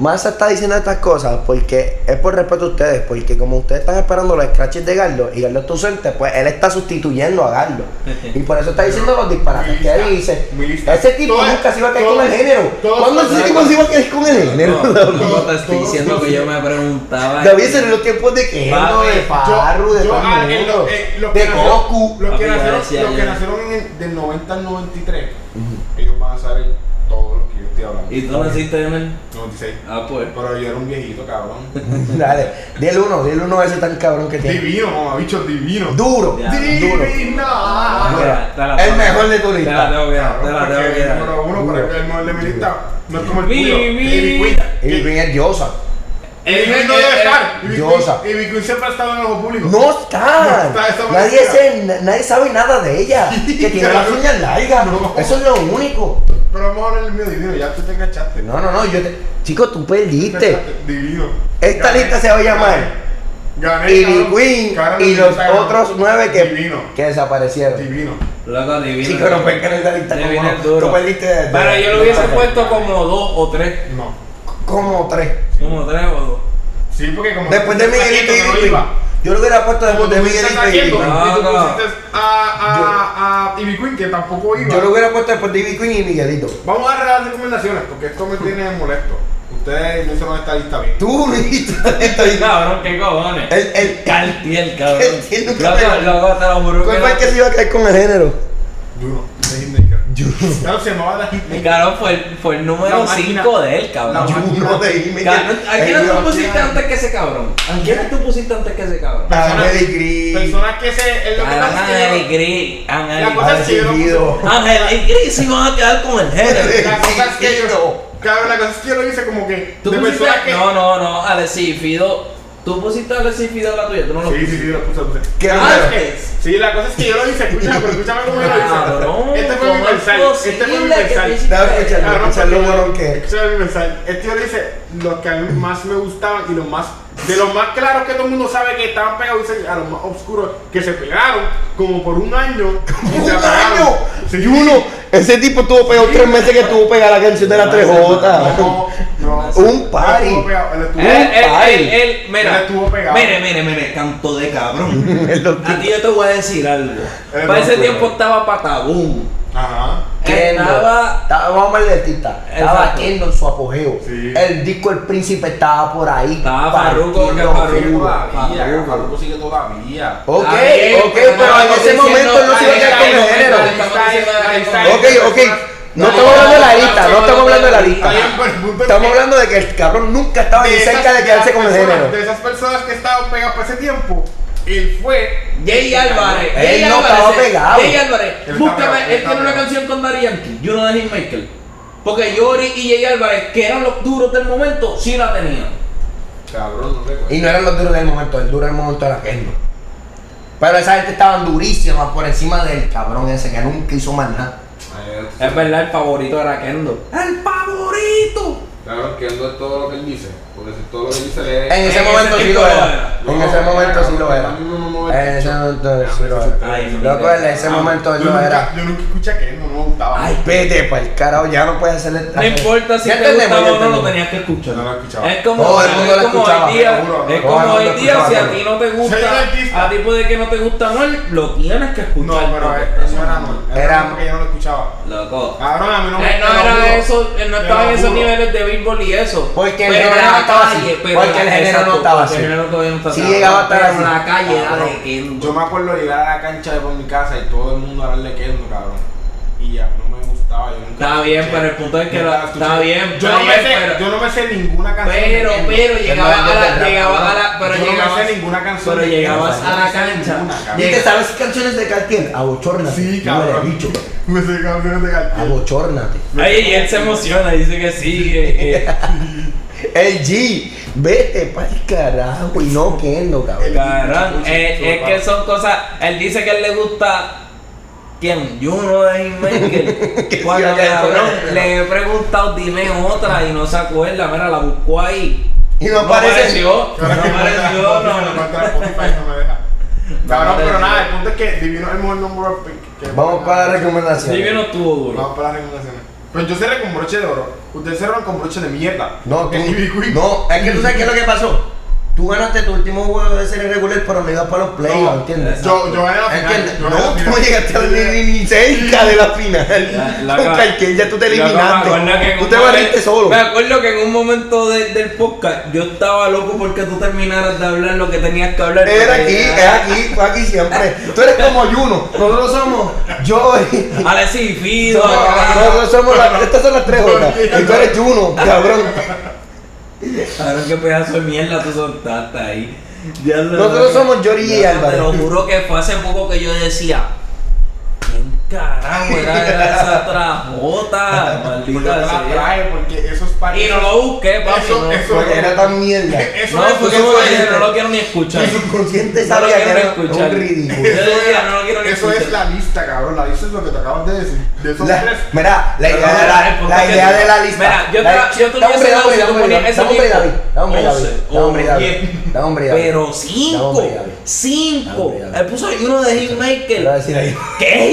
S3: Massa está diciendo estas cosas porque es por respeto a ustedes, porque como ustedes están esperando los scratches de Garlo y Garlo está ausente, pues él está sustituyendo a Garlo. Y por eso está diciendo los disparates que él dice.
S2: Muy lista.
S3: Ese tipo
S2: Todo-
S3: nunca se iba a caer
S2: todo-
S3: con el género.
S2: todo-
S3: ¿Cuándo ese tipo se iba a caer con el género?
S1: No, no te estoy
S2: Todo-
S1: diciendo
S2: todo-
S1: que yo me preguntaba.
S3: David ser en los tiempos de Kendo,
S1: Papi,
S3: de Farru, de todo
S2: eh, ah,
S3: el
S2: en
S3: mundo,
S2: lo- en lo que
S3: de
S2: nacieron-
S3: Goku.
S2: Los que
S1: Papi, ya
S2: nacieron,
S1: decía
S2: los que
S1: yo.
S2: nacieron en el- del 90 al 93, ellos van a saber todo lo que yo estoy hablando.
S1: ¿Y tú naciste en el?
S2: 96.
S1: Ah, pues.
S2: Pero yo era un viejito, cabrón.
S3: Dale, di el uno, di el uno ese tan cabrón que tiene.
S2: Divino, mamá, bicho, divino.
S3: Duro,
S1: Ya.
S3: duro.
S2: Divino.
S1: Mira, te la
S3: ah. El
S1: tengo
S3: mejor
S1: que-
S3: de
S1: Te la
S3: turista.
S1: tengo que dar, te la
S2: Porque
S1: tengo que
S2: el
S1: dar.
S2: número uno, para que el modelo de militar no es como el
S1: Mi,
S2: tuyo.
S1: mi.
S2: Ivy Queen.
S3: Y
S2: Ivy-
S3: bien es diosa.
S2: Ivy Queen no
S1: el-
S2: debe
S1: el-
S2: estar. Ivy
S3: Diosa.
S2: Queen- Ivy Queen siempre ha estado en el ojo público.
S3: No está.
S2: No está, esa
S3: Nadie,
S2: parecida.
S3: se- na- nadie sabe nada de ella. Que tiene las uñas largas.
S2: No.
S3: Eso es lo único.
S2: Pero vamos a hablar del mío divino, ya tú te enganchaste.
S3: No, no, no. Yo te... Chico, tú perdiste.
S2: Divino.
S3: Esta
S2: Gané,
S3: lista se va a llamar
S2: Gané.
S3: Y
S2: cabrón.
S3: Queen
S2: Cara
S3: y
S2: de
S3: los
S2: Instagram.
S3: otros nueve
S2: Divino.
S3: que, que desaparecieron.
S2: Divino.
S1: Loco, divino.
S3: Chico, no puedes ganar esta lista
S1: Divino
S3: como
S1: es duro.
S3: no. Tú perdiste de- de-
S1: Pero yo lo hubiese
S3: de-
S1: puesto como dos o tres.
S2: No.
S3: Como tres.
S1: Como tres o dos.
S2: Sí, porque como.
S3: Después de Miguelito y
S2: Saquito no
S3: Irving.
S2: iba.
S3: Yo lo hubiera puesto
S2: Como
S3: después
S2: tú
S3: de
S2: pusiste
S3: Miguelito
S2: a
S3: y
S2: Saquito,
S3: Irving.
S1: Irving.
S2: y tú
S1: No, no.
S2: pusiste a, a, a Ivy Queen, que tampoco iba.
S3: Yo lo hubiera puesto después de Ivy Queen y Miguelito.
S2: Vamos a dar las recomendaciones, porque esto me tiene molesto. Ustedes no hicieron esta lista bien.
S3: Tú, Luis, está bien.
S1: Cabrón, qué cojones.
S3: El, el,
S1: Cartier, cabrón.
S3: Cartier nunca
S1: Loco,
S3: pegó.
S1: loco, te lo juro.
S3: ¿Cuál
S1: que
S3: fue el
S1: no.
S3: que se iba a caer con el género?
S2: Juno, de Hitmaker. Claro, se llamaba la
S1: Mi
S2: Hitmaker.
S1: cabrón fue, el- fue el número
S2: La máquina.
S1: 5 de él,
S2: La
S1: cabrón.
S2: máquina.
S3: Juno de Jimmy.
S1: Cabrón, ¿A quién
S3: El
S1: tú
S3: Dios.
S1: pusiste antes que ese cabrón? ¿A quién tú pusiste antes que ese cabrón?
S3: Ah, Medicris.
S2: Personas que se. Es lo que
S1: Cabrón,
S2: pasa es
S1: Ángel y
S2: que
S1: Gris. Ángel
S2: La
S1: y
S2: cosa
S3: Ha
S2: es que yo no puse-
S3: decidido.
S1: Ángel y Gris sí van a quedar con el género.
S2: yo- La cosa es que yo.
S3: Decidido.
S2: Cabrón, la cosa es que yo lo hice como que.
S1: ¿Tú
S2: de
S1: pusiste?
S2: personas que.
S1: No, no, no, Alexis Fido. Tú pusiste a Alexis Fido en la tuya, tú no lo
S2: Sí, sí, sí, lo puse, lo puse.
S3: ¿Qué
S2: Ah,
S3: número?
S2: es que- Sí, la cosa es que yo lo hice, escúchame, pero escúchame cómo yo lo
S1: Cabrón,
S2: hice. Este fue mi
S1: ¿cómo es
S2: mensaje. Este fue mi
S1: posible que tú
S2: mensaje.
S1: hiciste
S3: Dame que echarle,
S2: Cabrón,
S3: echarle
S2: porque-
S3: morón que
S2: escúchame mi mensaje. Este yo le hice los que a mí más me gustaban y los más. De los más claros que todo el mundo sabe que estaban pegados, hice a los más oscuros que se pegaron como por un año. y
S3: ¡Un
S2: se apagaron.
S3: año!
S2: Sí.
S3: Juno, ese tipo estuvo pegado tres meses que estuvo pegada la canción de la 3J.
S2: No, no.
S3: Un
S2: Él
S3: party.
S2: estuvo pegado, él estuvo-
S1: Él, él,
S3: Ay.
S1: él, él,
S2: Él
S1: mira,
S2: estuvo pegado.
S1: mire, mire, mire, canto de cabrón.
S3: Es lo que-
S1: A ti yo te voy a decir algo.
S2: Él
S1: Para
S2: Eh, no
S1: ese
S2: fue,
S1: tiempo
S2: no.
S1: estaba Patabum.
S2: Ajá.
S3: Kendall.
S1: Estaba-
S3: Estaba- vamos a hablar del artista. Estaba
S1: Exacto.
S3: Kendall en su apogeo.
S2: Sí.
S3: El disco El Príncipe estaba por ahí.
S1: Estaba Farruko, que
S3: partiendo
S1: Farruko
S3: duro.
S1: todavía,
S2: Farruko.
S4: Farruko sigue todavía.
S3: Ok,
S1: Está bien,
S3: ok,
S1: pero
S3: pero
S1: no
S3: en
S1: estamos
S3: ese momento
S1: diciendo-
S3: él no se iba a quedar con
S1: Ahí
S3: el
S1: está,
S3: género.
S1: ahí está, ahí está, ahí está.
S3: Ok, ok. No estamos hablando de la lista, no estamos hablando de la lista. Estamos hablando de que el cabrón nunca estaba ni cerca de quedarse con el género.
S2: De esas personas que estaban pegadas por ese tiempo, él fue.
S1: Jay Álvarez.
S3: Él
S1: Jay
S3: no
S1: Álvarez,
S3: estaba
S1: eh,
S3: pegado.
S1: Jay Álvarez.
S2: Él está
S1: Búscame,
S2: pegado, él
S1: él
S2: está
S1: tiene una
S2: pegado.
S1: canción con Daddy Yankee, You Know the Hitmaker. Porque Yori y Jay Álvarez, que eran los duros del momento, sí la tenían.
S2: Cabrón, no recuerdo.
S3: Y no eran los duros del momento, el duro del momento era Kendall. Pero esa gente estaban durísimas por encima del cabrón ese que nunca hizo más nada.
S4: este
S1: Es verdad, el favorito era Kendo. ¡El favorito!
S4: Claro, que no es todo lo que él dice. Porque si todo lo que él dice le
S3: En ese
S1: En ese
S3: momento sí
S1: tiempo
S3: lo
S1: lo
S3: era.
S4: No,
S3: En ese
S4: no,
S3: momento
S4: no,
S3: sí lo
S4: no,
S3: era.
S4: a mí no me mueve el
S3: En ese
S4: pecho.
S3: momento sí lo era.
S1: Ay, no.
S3: Loco, en ese momento sí
S2: Yo
S3: lo era.
S2: nunca, yo nunca escuché a Ken, no me gustaba.
S1: Ay,
S3: Vete para el carajo, ya no puedes hacerle.
S1: No importa si
S3: Ya
S1: te
S3: entendemos, ya
S1: gustaba o no, lo
S3: entendemos.
S1: tenías que escuchar.
S2: No lo escuchaba.
S1: Es como,
S3: Todo el mundo
S1: es
S3: lo
S1: como
S3: escuchaba,
S1: hoy día,
S2: seguro,
S1: es
S3: todo
S1: como
S3: el mundo
S1: hoy
S3: lo
S1: día,
S3: escuchaba,
S1: si a
S3: seguro.
S1: ti no te
S2: Soy
S1: gusta,
S2: artista.
S1: a tipo de que no te gusta Noel, lo tienes que escuchar.
S2: No, pero
S1: porque
S2: eh, eso era no.
S3: Era-
S2: Era porque yo no lo escuchaba.
S1: Loco.
S2: Cabrón, a mí no me
S1: Él
S2: te
S1: Eh, no
S2: lo juro,
S1: era eso, él no
S2: te
S1: estaba
S2: lo
S1: en esos
S2: juro.
S1: niveles de Billboard y eso.
S3: Porque el
S1: Pero
S3: género
S1: era
S3: no estaba
S1: calle,
S3: así,
S1: pero
S3: porque el
S1: era-
S3: género no
S1: exacto,
S3: estaba
S1: porque
S3: así.
S1: El género todavía no estaba
S3: Sí llegaba a estar
S1: Pero
S3: así.
S1: la calle era de
S2: Cabrón, Yo
S1: Kendo.
S2: me acuerdo de llegar a la cancha de por mi casa y todo el mundo hablar de Kendo, cabrón. Y a mí no me gustaba, yo nunca.
S1: Está bien, pero el punto es que
S2: Nunca
S1: la-
S2: la escuché.
S1: está bien, está
S2: Yo no, me
S1: bien,
S2: sé,
S1: pero-
S2: yo no me sé ninguna canción. de
S1: Pero,
S2: Kendo.
S1: pero llegaba a
S3: Fernando del
S1: la,
S3: Rap,
S1: llegaba a la,
S3: ¿no?
S1: pero
S2: Yo no me
S1: llegabas,
S2: sé ninguna canción
S1: pero
S2: de Kendo,
S1: llegabas a
S2: no
S1: la
S2: me sé
S1: cancha.
S2: ninguna, cabrón.
S3: ¿Y te sabes canciones de Cartier? Abochórnate.
S2: Sí,
S3: no eres
S2: cabrón.
S3: bicho.
S2: Me sé canciones de
S3: Ah,
S2: Cartier.
S3: Abochórnate.
S1: Ay, y él se emociona, dice que sí. eh, eh.
S3: El G, vete para el carajo y no Kendo, cabrón.
S1: Cabrón, eh, es que son cosas. Él dice que a él le gusta. ¿Quién? Juno de Hitmaker. Cuando
S3: Que siga
S1: cabrón,
S3: cayendo.
S1: le he preguntado, dime otra y no se acuerda. Mira, la buscó ahí.
S3: Y no aparece.
S1: apareció. No
S2: Ahora que me falta
S1: apareció,
S2: la Spotify,
S1: no.
S2: me falta la Spotify, no me deja. Cabrón,
S1: No,
S2: pero
S1: no.
S2: nada, el punto es que divino es el mejor número que- que-
S3: Vamos para la recomendación.
S1: Sí, que no estuvo duro.
S2: Vamos para las recomendaciones. Pero yo cerré con broche de oro. Ustedes cerraron con broche de mierda.
S3: No, tú,
S2: Porque Ivy Queen-
S3: no, es que tú sabes qué es lo que pasó. Tú ganaste tu último juego de serie regular, pero no ibas para los playoffs,
S2: No,
S3: ¿entiendes?
S2: Yo, yo era la final,
S3: ¿Entiendes?
S2: yo
S3: No,
S2: era la
S3: tú
S2: final.
S3: no llegaste
S2: Yo era-
S3: ni, ni cerca de la final.
S1: La- la-
S3: Contra el que ya tú te
S1: Yo me
S3: eliminaste.
S1: acuerdo que en
S3: Tú
S1: un
S3: te
S1: momento-
S3: barriste solo.
S1: Me acuerdo que en un momento de- del podcast yo estaba loco porque tú terminaras de hablar lo que tenías que hablar.
S3: Era
S1: porque
S3: aquí,
S1: ya-
S3: es aquí, fue aquí siempre. Tú eres como Juno, nosotros somos yo y-
S1: Alexis Fido,
S3: Somos-
S1: acá.
S3: Nosotros somos las, estas son las tres horas. Y tú eres Juno, cabrón.
S1: Cabrón, qué pedazo de mierda tú soltaste ahí. Ya lo-
S3: Nosotros somos Yori y
S1: Ya,
S3: Álvarez.
S1: Te lo juro que fue hace poco que yo decía. ¿Quién carajo era esa trajota?
S2: Porque yo te
S1: Maldita
S2: la
S1: sea.
S2: traje porque esos partidos.
S1: Y no lo busqué, papi.
S2: Eso-
S1: no.
S2: eso-
S3: Porque era tan mierda.
S2: Eso
S1: no, pues,
S2: es
S1: fue
S2: eso
S1: como que
S2: es-
S1: dije, no lo quiero ni escuchar.
S3: Mi subconsciente
S1: No lo
S3: sabía que
S1: quiero
S3: era
S1: escuchar.
S3: un ridículo.
S1: Yo
S2: Eso,
S1: decía,
S2: era-
S1: no lo quiero ni
S2: eso
S1: escuchar.
S2: es la lista, cabrón. La lista es lo que te acabas de decir. De esos
S3: La-
S2: tres.
S3: mira, la idea,
S1: Pero no,
S3: de,
S1: el
S3: la,
S1: punto
S3: la
S1: es que
S3: idea
S1: tú-
S3: de la lista.
S1: Mira, yo te la- yo
S3: Dame
S1: te
S3: un
S1: hubiese
S3: break,
S1: dado si tú
S3: dame un break,
S1: ponías
S3: dame un break,
S1: ese
S3: David, dame un break, David,
S1: once
S3: dame un break,
S1: o
S3: David,
S1: diez.
S3: dame un break, David.
S1: Pero
S3: Dame un
S1: cinco,
S3: break, David.
S1: cinco.
S3: Dame un break, David.
S1: Él puso ahí uno de Hitmaker.
S3: Te lo voy a decir ahí.
S1: ¿Qué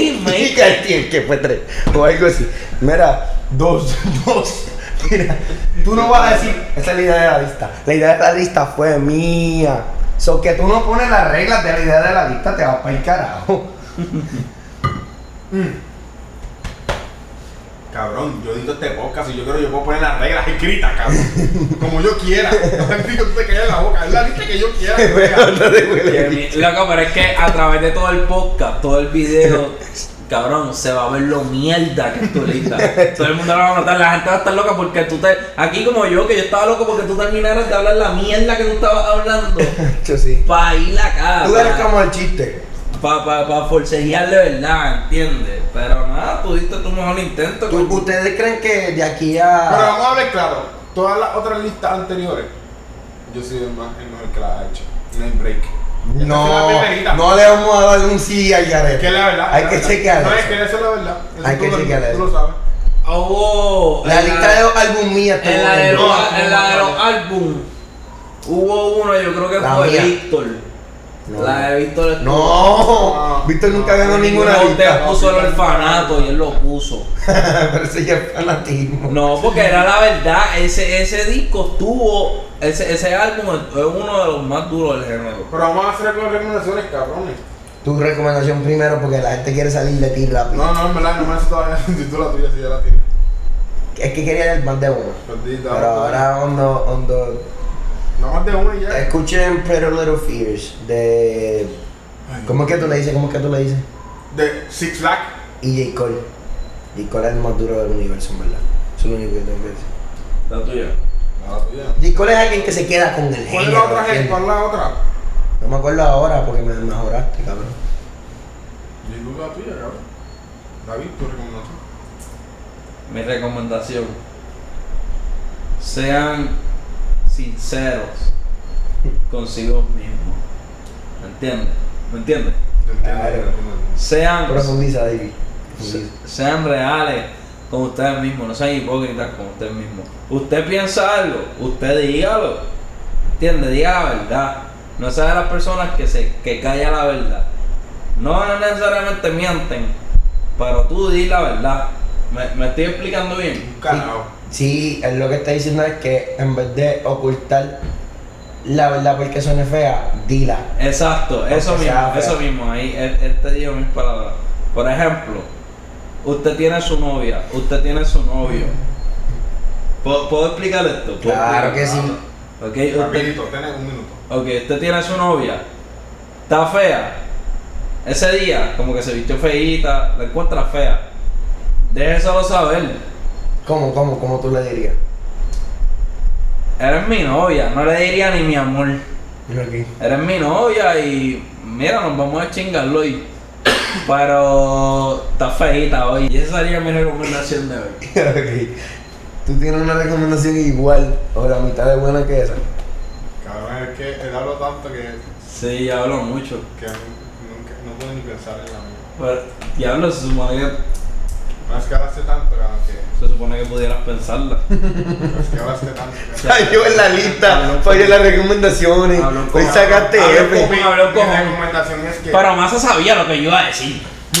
S3: Y
S1: Hitmaker?
S3: que el tiempo que fue tres o algo así. Mira, dos, dos. Mira, tú no vas a decir, esa es la idea de la lista. La idea de la lista fue mía. So que tú no pones las reglas de la idea de la lista, te vas para el carajo.
S2: Mm. Cabrón, yo edito este podcast y yo creo que yo puedo poner las reglas escritas, cabrón. Como yo quiera. Digo, tú te callas la boca. Es la lista que yo quiera.
S3: Pero no te
S1: Que
S3: huele.
S1: mi- Loco, pero es que a través de todo el podcast, todo el video, cabrón, se va a ver lo mierda que es tu lista. Todo el mundo lo va a notar, la gente va a estar loca porque tú te. Aquí como yo, que yo estaba loco porque tú terminaras de hablar la mierda que tú estabas hablando.
S3: Yo sí.
S1: Pa' ir
S2: Ah,
S1: acá.
S3: Tú eres
S1: pa-
S3: como el chiste.
S1: Pa, pa, pa forcejear de verdad, ¿entiendes? Pero nada, tú diste tu mejor intento.
S3: ¿Tú-
S1: con-
S3: ¿Ustedes creen que de aquí
S2: Pero
S3: a.?
S2: vamos a hablar claro. Todas las otras listas anteriores, yo soy el más el mejor que las ha hecho. No hay break. Esta es la
S3: No,
S2: primerita.
S3: no le vamos a dar un sí al
S2: Es que
S3: garete.
S2: es la verdad.
S3: Hay
S2: la
S3: que
S2: verdad.
S3: chequear
S2: No, es
S3: eso.
S2: que eso es la verdad. Eso
S3: Hay que
S2: tú lo-
S3: chequear
S2: Tú
S3: eso.
S2: lo sabes.
S1: Ah, Hubo-
S3: La
S1: en
S3: lista de los álbumes mías
S1: En la de
S3: tengo-
S1: los,
S2: No,
S1: en la de los álbum hubo uno, yo creo que
S3: La
S1: fue
S3: mía.
S1: Víctor.
S3: No.
S1: La de Víctor estuvo-
S3: No, Víctor nunca
S2: No,
S3: ganó
S2: no,
S3: ninguna
S1: Usted
S3: lista.
S1: puso el orfanato y él lo puso.
S3: Pero ese ya es fanatismo.
S1: No, porque era la verdad, ese, ese disco estuvo, ese, ese álbum es uno de los más duros del género.
S2: Pero vamos a hacer con recomendaciones, cabrones.
S3: tu recomendación primero porque la gente quiere salir de ti rápido.
S2: No, no, en verdad, no me hace todavía si tú la tuya, si ya la tienes.
S3: Es que quería el más de uno.
S2: Perdita,
S3: Pero ahora Eh, Ondo, Ondo.
S2: Nada más de uno y ya.
S3: Escuchen Pretty Little Fears de. ¿Cómo es que tú le dices? ¿Cómo es que tú le dices?
S2: De Six Flags.
S3: Y J. Cole. J. Cole es el más duro del universo, en verdad. Es lo único que tengo que decir.
S1: La tuya.
S2: Nada, tuya.
S3: J. Cole es alguien que se queda con el
S2: ¿Cuál es
S3: género.
S2: la otra gente?
S3: ¿entiendes?
S2: ¿Cuál es la otra?
S3: No me acuerdo ahora porque me mejoraste, cabrón.
S2: Yo digo la tuya, cabrón. David, tu recomendación.
S1: Mi recomendación. Sean sinceros consigo mismos. ¿Me entiendes? ¿Me entiendes?
S2: Te entiendo,
S3: Claro.
S2: te recomiendo.
S3: Ah,
S1: Sean,
S3: Profundiza, David.
S1: se-
S3: Profundiza.
S1: sean reales con ustedes mismos, no sean hipócritas con ustedes mismos. Usted piensa algo, usted dígalo. ¿Entiende? Diga la verdad. No sea de las personas que se que calla la verdad. No necesariamente mienten, pero tú di la verdad. ¿Me, me estoy explicando bien?
S2: Un carajo.
S3: Sí, él lo que está diciendo es que en vez de ocultar la verdad porque suene fea, dila.
S1: Exacto, eso
S3: Aunque
S1: mismo,
S3: sea fea.
S1: eso mismo, ahí e, este él, él te dio mis palabras. Por ejemplo, usted tiene su novia, usted tiene su novio. ¿Puedo, puedo explicar esto? ¿Puedo
S3: Claro
S1: explicar?
S3: que sí.
S1: Ok, usted,
S2: Rapidito, tenés un minuto.
S1: ok, usted tiene su novia, está fea. Ese día, como que se vistió feíta, la encuentra fea. Déjeselo saber.
S3: ¿Cómo, cómo, cómo tú le dirías?
S1: Eres mi novia, no le diría ni mi amor.
S3: Mira aquí.
S1: eres mi novia y mira, nos vamos a chingarlo hoy. Pero está feita hoy. Y esa sería mi recomendación de hoy.
S3: Mira aquí. Tú tienes una recomendación igual o la mitad de buena que esa.
S2: Cabrón, es que él habla tanto que,
S1: Sí, hablo mucho.
S2: que nunca, no puedo ni pensar en la mía.
S1: Pero, diablo, se supone que,
S2: No es que hablaste tanto, cabrón, que.
S1: se supone que pudieras pensarla.
S2: Es que hablaste tanto. cabrón.
S3: Falló en la lista, falló en las recomendaciones.
S1: Habló con-
S3: Hoy sacaste
S2: Hablé con
S3: F.
S2: mi-
S1: Habló con-
S2: Mi recomendación es que.
S1: Pero Massa sabía lo que yo iba a decir.
S2: mi
S3: Sí, ya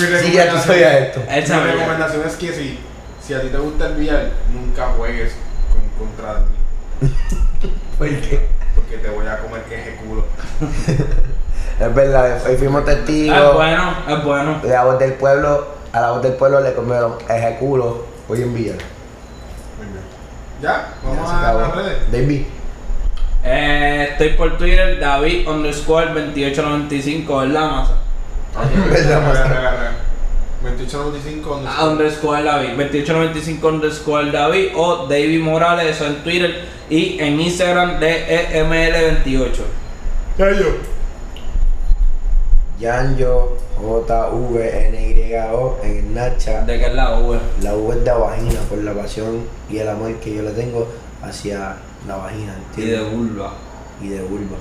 S3: tú
S2: recomendación-
S3: sabías esto.
S1: Él
S2: Mi
S1: sabía.
S2: recomendación es que si, si a ti te gusta el billar, nunca juegues con, contra de mí.
S3: ¿Por qué?
S2: Porque te voy a comer queje culo.
S3: Es verdad, hoy fuimos
S1: Es
S3: testigos.
S1: Ah, bueno, es bueno.
S3: La voz del pueblo, a la voz del pueblo le comieron eje culo hoy en Villa.
S2: Muy bien. ¿Ya?
S3: Ya
S2: Vamos
S3: se
S2: a
S3: acabó.
S2: las redes.
S3: David.
S1: Eh, estoy por Twitter, David underscore 2895, ¿verdad, Massa?
S3: ¿Verdad,
S2: Agarra,
S3: Masa?
S2: agarra. 2895 donde
S1: Ah, underscore David, 2895 underscore David o David Morales, eso en Twitter y en Instagram de E EML28.
S3: Yanjo, J-V-N-Y-O, en Nacha.
S1: ¿De qué lado, güey?
S3: La V es de vagina por la pasión y el amor que yo le tengo hacia la vagina,
S1: Y de
S3: ¿entiendes?
S1: vulva.
S3: Y de vulva.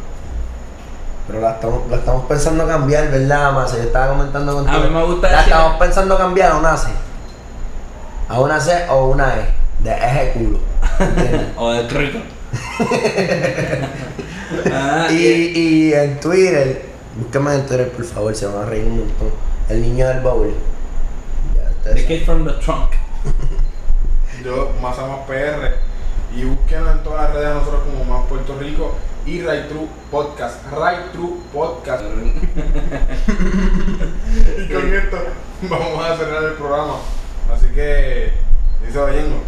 S3: Pero la estamos, la estamos pensando cambiar, ¿verdad, Mase? Yo estaba comentando contigo.
S1: A mí me gusta
S3: La
S1: decir-
S3: estamos pensando cambiar a una C. A una C o una E. De eje culo. ¿entiendes?
S1: O de rico. Ah, y-
S3: y, y en Twitter, búsquenme en Twitter, por favor, se van a reír un montón. El niño del baúl. Ya, ustedes
S1: The Kid from the Trunk.
S2: Yo, más a más PR. Y búsquenlo en todas las redes de nosotros como más Puerto Rico y Right True Podcast. Right True Podcast. y con esto vamos a cerrar el programa. Así que, dice Oyengo.